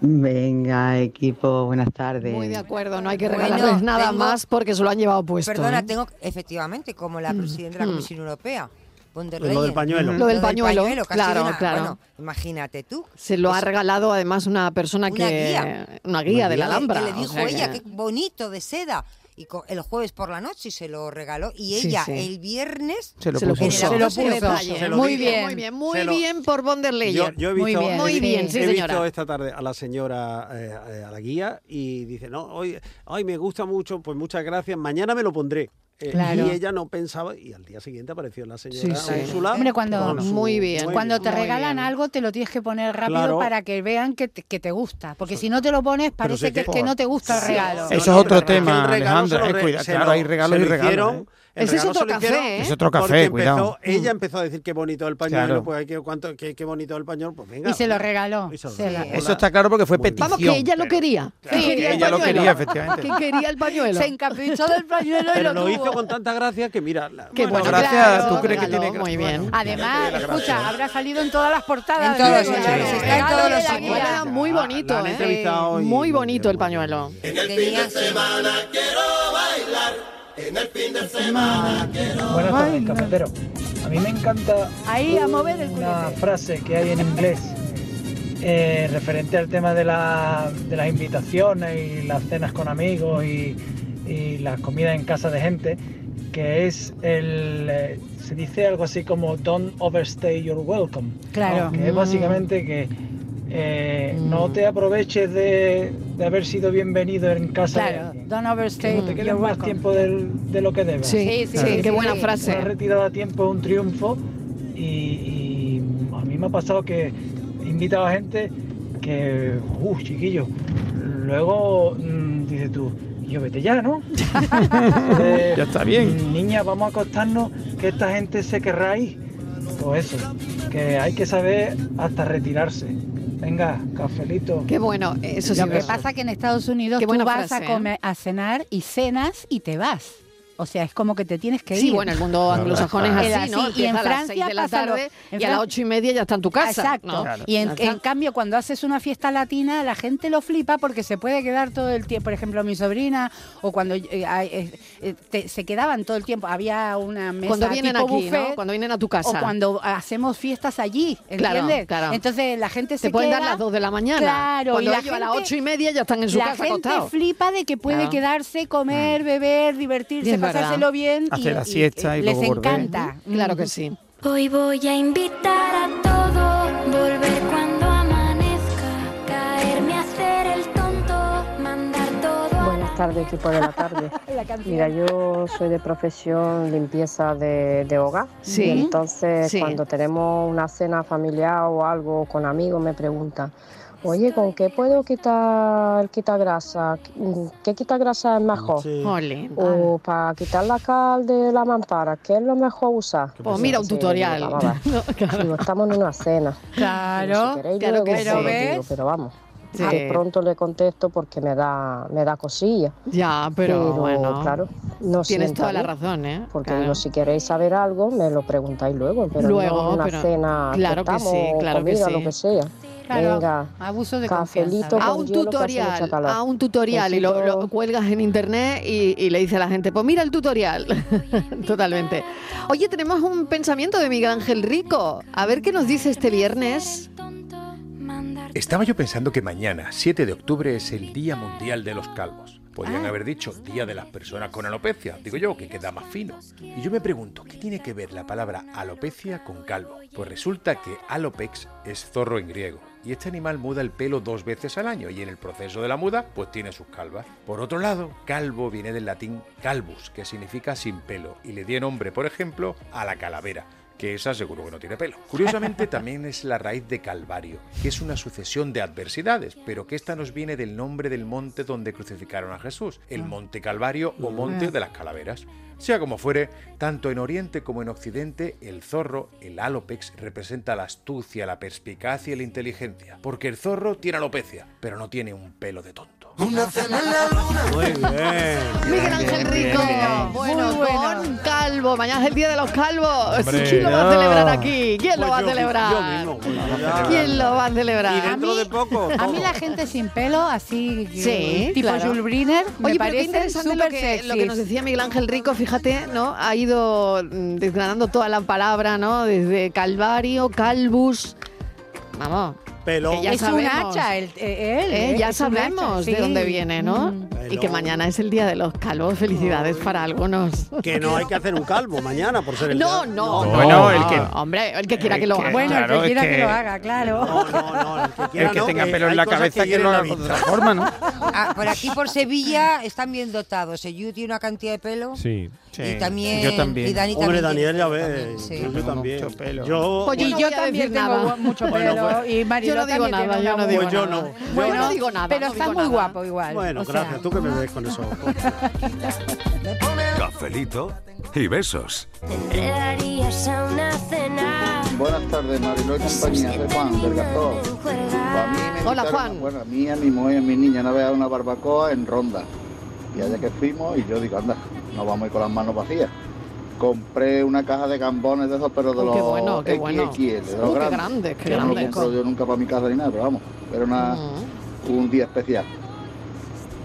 Venga, equipo, buenas tardes.
Muy de acuerdo, no hay que
Bueno,
regalarles nada
tengo-
más porque se lo han llevado puesto.
Perdona,
¿eh?
tengo, efectivamente, como la presidenta de la
Mm.
Comisión Europea. von der
Lo del
Leyen.
pañuelo. Lo del pañuelo,
que ha sido
claro,
una-
claro.
bueno, imagínate tú.
Se lo ha
Eso-
regalado además una persona
Pues Una
que.
guía.
Una guía de la
Que-
Alhambra.
Que le
o
dijo
sea que-
ella, qué bonito de seda. Y co- el jueves por la noche y se lo regaló. Y
Sí,
ella
sí.
el viernes
Se lo
en el
puso.
auto
Se lo
lo
puso.
puso.
Se lo Muy dijo. bien. Muy bien, muy bien por von der
Yo,
Leyen.
yo he visto,
Muy bien, Muy bien, sí,
he visto
señora.
esta tarde a la señora, eh, eh, a la guía, y dice, no, hoy, hoy me gusta mucho, pues muchas gracias, mañana me lo pondré. Eh,
Claro.
Y ella no pensaba, y al día siguiente apareció la señora
Sí, sí.
Úrsula.
Hombre, cuando,
con su-
cuando te
muy
regalan
bien.
algo, te lo tienes que poner rápido
Claro.
para que vean que te, que te gusta. Porque si no te lo pones, parece
sí
que,
que-
es que no te gusta el regalo.
Eso es otro
Es que el
tema,
regalo se
Alejandra.
lo
eh,
re-
cuida-
se
claro,
lo-
hay regalos
se
y
lo
regalos.
hicieron, el
Ese
regalo
es
se
otro
lo
café,
hicieron
¿eh? Es otro café,
porque empezó-
cuidado.
Ella empezó a decir qué bonito el pañuelo,
Claro.
pues qué, cuánto, qué, qué bonito el pañuelo, pues venga.
Y se lo regaló.
Y se lo
Se la-
regaló.
Eso está claro porque fue petición.
Vamos, que ella lo quería.
Claro,
Que quería
que
el
ella lo
pañuelo.
quería,
Ah,
efectivamente.
Que quería el pañuelo.
Se encaprichó del pañuelo y
Pero
lo,
lo
tuvo.
hizo con tanta gracia que mira, la-
Qué
bueno,
bueno,
gracias,
claro,
¿tú crees que
claro,
tiene
muy
gracia?
bien.
Bueno,
Además,
la gracia.
escucha, habrá salido en todas las portadas.
En todos,
del
en
pañuelo.
todos, está en
Regalo
todos
de
los
la
sitios.
guía.
Era muy bonito,
han
¿eh?
entrevistado y-
Muy bonito el pañuelo.
Tenía
Buenas tardes, cafetero. A mí me encanta
Ahí, a mover el
una frase que hay en inglés eh, referente al tema de, la- de las invitaciones y las cenas con amigos y, y las comidas en casa de gente, que es el... eh, se dice algo así como don't overstay your welcome.
Claro.
¿no? Que es
Mm.
básicamente que eh, no te aproveches de, de haber sido bienvenido en casa de
Claro,
alguien.
don't overstay.
Que no te quedes
your
más
welcome.
tiempo del- de lo que debes.
Sí, sí, sí, qué buena frase.
Una retirada a tiempo es un triunfo y, y a mí me ha pasado que he invitado a gente que, uh, chiquillo, luego mm, dices tú, yo vete ya, ¿no? Eh,
Ya está bien.
mm, Niña, vamos a acostarnos, que esta gente se querrá ir. Pues eso, que hay que saber hasta retirarse. Venga, cafelito.
Qué bueno, eso
Ya
sí.
pasó.
Lo que pasa que en Estados Unidos
Qué
tú
buena
vas
frase,
a,
¿eh?
comer, a cenar y cenas y te vas. O sea, es como que te tienes que ir.
Sí, bueno, el mundo anglosajón es
Era
así, ¿no?
Y en
Empieza a las
Francia
seis de la
pasa lo-
tarde
en
y a las
Fran-
ocho y media ya está en tu casa.
Exacto.
¿no?
Y en,
Ya
en cambio, cuando haces una fiesta latina, la gente lo flipa porque se puede quedar todo el tiempo. Por ejemplo, mi sobrina, o cuando eh, hay, eh, eh, te- se quedaban todo el tiempo. Había una mesa
Cuando vienen
tipo
aquí, ¿no?
buffet,
Cuando vienen a tu casa.
O cuando hacemos fiestas allí,
Claro,
¿entiendes?
claro.
Entonces la gente se
Te pueden dar
queda-
las dos de la mañana.
Claro.
Cuando
y la
ellos a las
gente-
ocho y media ya están en su
la
casa
gente
acostados.
flipa de que puede
Claro.
quedarse, comer, beber, divertirse,
Es verdad.
pasárselo bien. y-
Hacer la
y-
siesta y
Les
luego volver.
encanta.
Claro que sí.
Hoy voy a invitar a todo, volver cuando amanezca, caerme a hacer el tonto, mandar todo a
Buenas tardes, equipo de la tarde. Mira, yo soy de profesión limpieza de, de hogar.
Sí.
Y entonces,
Sí.
cuando tenemos una cena familiar o algo con amigos, me preguntan, Oye, ¿con qué puedo quitar quitagrasa? ¿Qué quitagrasa es mejor?
Sí. Ole,
O para quitar la cal de la mampara, ¿qué es lo mejor usar?
Pues mira un
Sí,
tutorial.
vamos a ver. Digo, estamos en una cena.
Claro,
Si queréis,
claro
luego
que
os lo
sí.
digo,
¿Ves?
pero vamos.
Sí.
De pronto le contesto porque me da, me da cosilla.
Ya, Ah, pero bueno,
claro, no
tienes
sienta
toda la
bien.
razón, ¿eh?
Porque
Claro.
digo, si queréis saber algo, me lo preguntáis luego. Pero
Luego,
no en una
pero-
cena.
claro que
estamos,
sí, claro que
comida,
sí.
lo que sea.
Claro,
Ah,
Venga, abuso de cafelito
A
con
un
hielo que hace mucha
tutorial,
calor.
a un tutorial y lo, lo cuelgas en internet y, y le dice a la gente, pues mira el tutorial. Totalmente. Oye, tenemos un pensamiento de Miguel Ángel Rico. A ver qué nos dice este viernes.
Estaba yo pensando que mañana, 7 de octubre, es el Día Mundial de los Calvos. Podrían haber dicho Día de las Personas con Alopecia, digo yo, que queda más fino. Y yo me pregunto, ¿qué tiene que ver la palabra alopecia con calvo? Pues resulta que alopex es zorro en griego. Y este animal muda el pelo dos veces al año y en el proceso de la muda pues tiene sus calvas. Por otro lado, calvo viene del latín calvus, que significa sin pelo, y le dio nombre, por ejemplo, a la calavera, que esa seguro que no tiene pelo. Curiosamente también es la raíz de Calvario, que es una sucesión de adversidades, pero que esta nos viene del nombre del monte donde crucificaron a Jesús, el Monte Calvario o Monte de las Calaveras. Sea como fuere, tanto en Oriente como en Occidente, el zorro, el alopex, representa la astucia, la perspicacia y la inteligencia, porque el zorro tiene alopecia, pero no tiene un pelo de tonto. Muy bien.
Miguel Ángel Rico. Bueno, con calvo. Mañana es el Día de los Calvos.
Hombre,
¿Quién lo va a
no.
celebrar aquí? ¿Quién lo
Pues
va a
yo- yo
celebrar?
mismo, pues ya.
¿Quién lo va a celebrar?
Y dentro de poco.
A mí
todo.
la gente sin pelo, así que-
Sí,
tipo
claro.
Jules Briner, me
Oye, pero qué
parece
interesante lo
súper
que,
sexy.
lo que nos decía Miguel Ángel Rico, fíjate, ¿no? Ha ido mm, desgranando toda la palabra, ¿no? Desde Calvario, Calvus. Ah, Vamos. que ya
es un
sabemos.
hacha el- eh, él.
Eh,
eh,
ya
es un
sabemos
hacha, sí.
de dónde viene, ¿no?
Mm.
Y que mañana es el día de los calvos. Felicidades para algunos.
Que no hay que hacer un calvo mañana por ser el
No,
día-
no, Oh, no.
Bueno, el que-
Ah.
Hombre, el que quiera
el
que lo
que-
haga.
Bueno, el que claro, es quiera que que- lo haga.
claro.
El que
no,
tenga
que
pelo en
hay
la
cosas
cabeza
que
que lo
hieren la
haga de otra forma, ¿no?
Ah, por aquí, por Sevilla, están bien dotados. Eyu tiene una cantidad de pelo.
Sí.
Y también.
Yo también.
Y Dani
Hombre,
también
Daniel,
tiene
ya
pelo
ve.
también, sí.
Yo también. Yo,
Pues
bueno,
yo no voy a decir nada.
Bueno, pues-
Yo no digo nada, yo no digo
Pues yo
nada.
no.
Bueno,
Yo
no digo nada.
Pero
no
está
digo
muy
nada.
guapo igual.
Bueno,
o sea.
gracias. Tú que me ves con eso.
Cafelito y besos.
Enredarías a una cena.
Buenas tardes, Mariló y compañía, soy Juan del Gastón. A mí me
Hola,
invitaron,
Juan.
Bueno, a mí, a mi mujer, y a mi niña, una vez a una barbacoa en Ronda. Y allá que fuimos, y yo digo, anda, no vamos a ir con las manos vacías. Compré una caja de gambones de esos, pero de
Oh,
los
qué bueno, qué bueno.
XXL, de
Oh,
los
qué
grandes.
grandes, qué
Que no
grandes.
lo compro yo nunca para mi casa ni nada, pero vamos, era una,
Mm.
un día especial.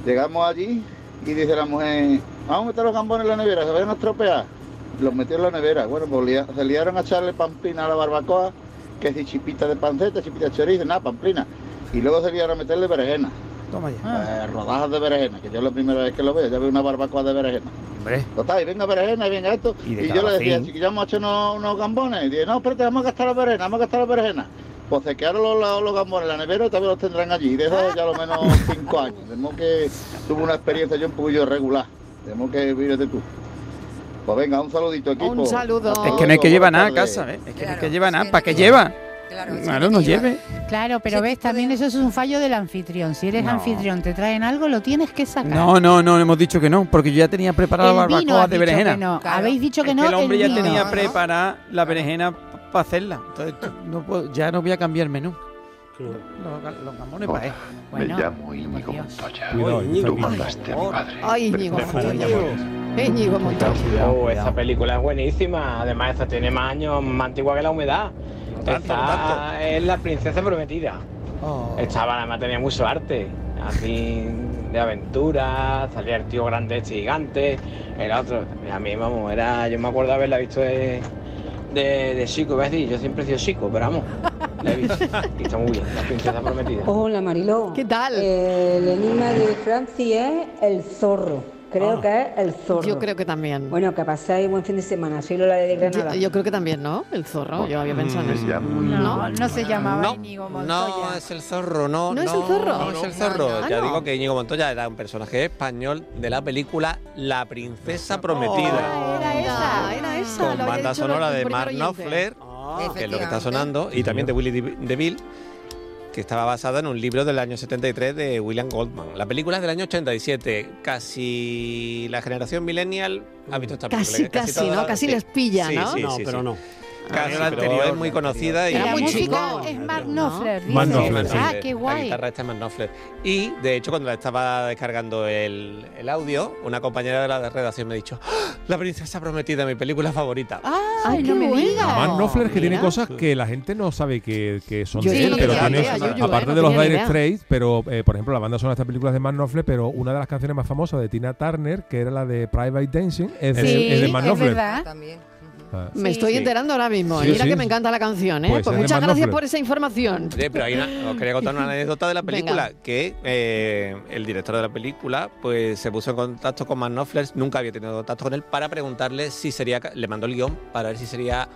Llegamos allí y dice la mujer, vamos a meter los gambones en la nevera, se vayan a estropear. Los metió en la nevera. Bueno, pues lia- se liaron a echarle pamplina a la barbacoa, que si chipita de panceta, chipita de chorizo, nada, pamplina. Y luego se liaron a meterle berenjena,
Toma ya.
Ah.
eh, rodajas de berenjena, que yo es la primera vez que lo veo, ya veo una barbacoa de berenjena.
Hombre.
Total, y venga berenjena, y venga esto.
Y
Y,
de
yo le decía,
calabacín.
si ya hemos hecho unos, unos gambones. Y dije, no, espérate, vamos a gastar la berenjena, vamos a gastar la berenjena. Pues se quedaron los, los, los gambones en la nevera y también los tendrán allí. Y de eso ya lo menos cinco años. De modo que tuve una experiencia yo un poquillo regular. De modo que fíjate tú. Pues venga, un saludito, equipo.
Un saludo.
Es que no hay que llevar nada a casa, ¿eh? Es que no hay que llevar nada. ¿Para qué lleva? Claro, no lleve.
Claro, pero ves, también eso es un fallo del anfitrión. Si eres
No.
anfitrión, te traen algo, lo tienes que sacar.
No, no, no, hemos dicho que no, porque yo ya tenía preparada la
El vino
barbacoa
has
de
dicho
berenjena.
que no. Habéis dicho que
Es
no,
el hombre
el
ya
vino.
tenía
No, no.
preparada la berenjena para hacerla. Entonces, tú- no puedo- ya no voy a cambiar el menú. Los, ga- los gamones para él.
Me llamo Íñigo Montoya.
Cuidado, Íñigo.
Tú mataste a mi padre.
Ay, Íñigo
Prepárate a
Montoya. Eh,
morir.
Íñigo Montoya.
Oh, esa película es buenísima. Además, esta tiene más años, más antigua que la humedad. esta es la princesa prometida.
Oh.
Esta además tenía mucho arte. Así de aventura, salía el tío grande este gigante, el otro. A mí, vamos, era. Yo me acuerdo haberla visto de, de, de chico, iba a decir, yo siempre he sido chico, pero vamos. La he visto. Y está muy bien, la princesa prometida.
Hola Mariló. ¿Qué tal? El enigma de Franci es el zorro. Creo
Oh.
Ah.
que es el zorro.
Yo creo que también.
Bueno, que pasáis buen fin de semana. Soy Lola de Granada.
Yo, yo creo que también, ¿no? El zorro, yo
Mm.
había pensado en eso.
No, no se llamaba
No,
Íñigo
No, es el zorro, no.
¿No es el zorro?
No, es el zorro.
Ah,
ya
no.
digo que Íñigo Montoya era un personaje español de la película La
Oh.
Princesa
Ah,
Prometida.
Era esa, era esa.
con
lo había
banda
dicho
sonora
el
de
primer
Mark
oyente.
Knopfler, que es lo que está sonando, y también de Willy Di- DeVille. que estaba basada en un libro del año 73 de William Goldman. La película es del año 87. Casi la generación millennial ha visto esta película.
Casi, casi,
toda
¿no?
la-
Casi
sí.
les pilla,
Sí,
¿no?
sí,
No,
sí,
pero
sí.
no.
Casi,
Ah,
la anterior es muy conocida y
Era muy
Chico, es Mark Knopfler. dice.
Matt
Ah,
sí,
qué
La
guay.
guitarra esta es Matt Knopfler. Y de hecho, cuando la estaba descargando el, el audio, una compañera de la redacción me ha dicho: "¡Ah! La princesa prometida, mi película favorita.
Ay, no me digas.
Además, Knopfler que tiene
Mira.
cosas que la gente no sabe que, que son
Yo
de
sí,
él, pero
ya
tiene,
vea, yo, yo,
aparte
eh, no
de los
tenía ni
Dire
idea.
Straits, pero eh, por ejemplo, la banda son de estas películas de Matt Knopfler, pero una de las canciones más famosas de Tina Turner, que era la de Private Dancing, es de,
Sí,
es de Matt
es
Knopfler.
verdad.
Ah.
Me estoy
Sí.
enterando ahora mismo. ¿eh?
Sí,
Mira
sí.
que me encanta la canción, ¿eh?
Pues
Pues,
es de
muchas
Matt
gracias
Knopfler.
por esa información.
Oye, pero hay una, os quería contar una anécdota de la película que eh, el director de la película pues se puso en contacto con Matt Knopfler, nunca había tenido contacto con él, para preguntarle si sería, ca- le mandó el guión para ver si sería,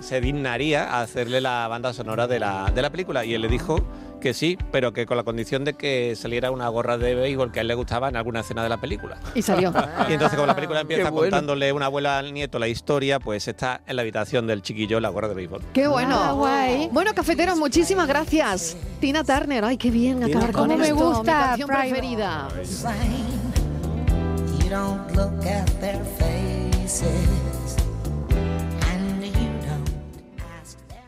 se dignaría a hacerle la banda sonora de la, de la película. Y él le dijo que sí, pero que con la condición de que saliera una gorra de béisbol que a él le gustaba en alguna escena de la película.
Y salió.
Y entonces como la película empieza
Qué bueno.
contándole una abuela al nieto la historia, pues está en la habitación del chiquillo la gorra de béisbol.
Qué bueno.
Ah,
Bueno, cafeteros, muchísimas gracias. Tina Turner, ay, qué bien
Tina
acabar con
Turner.
esto.
Cómo me
mi
gusta,
canción
Private.
preferida.
You don't look at their faces.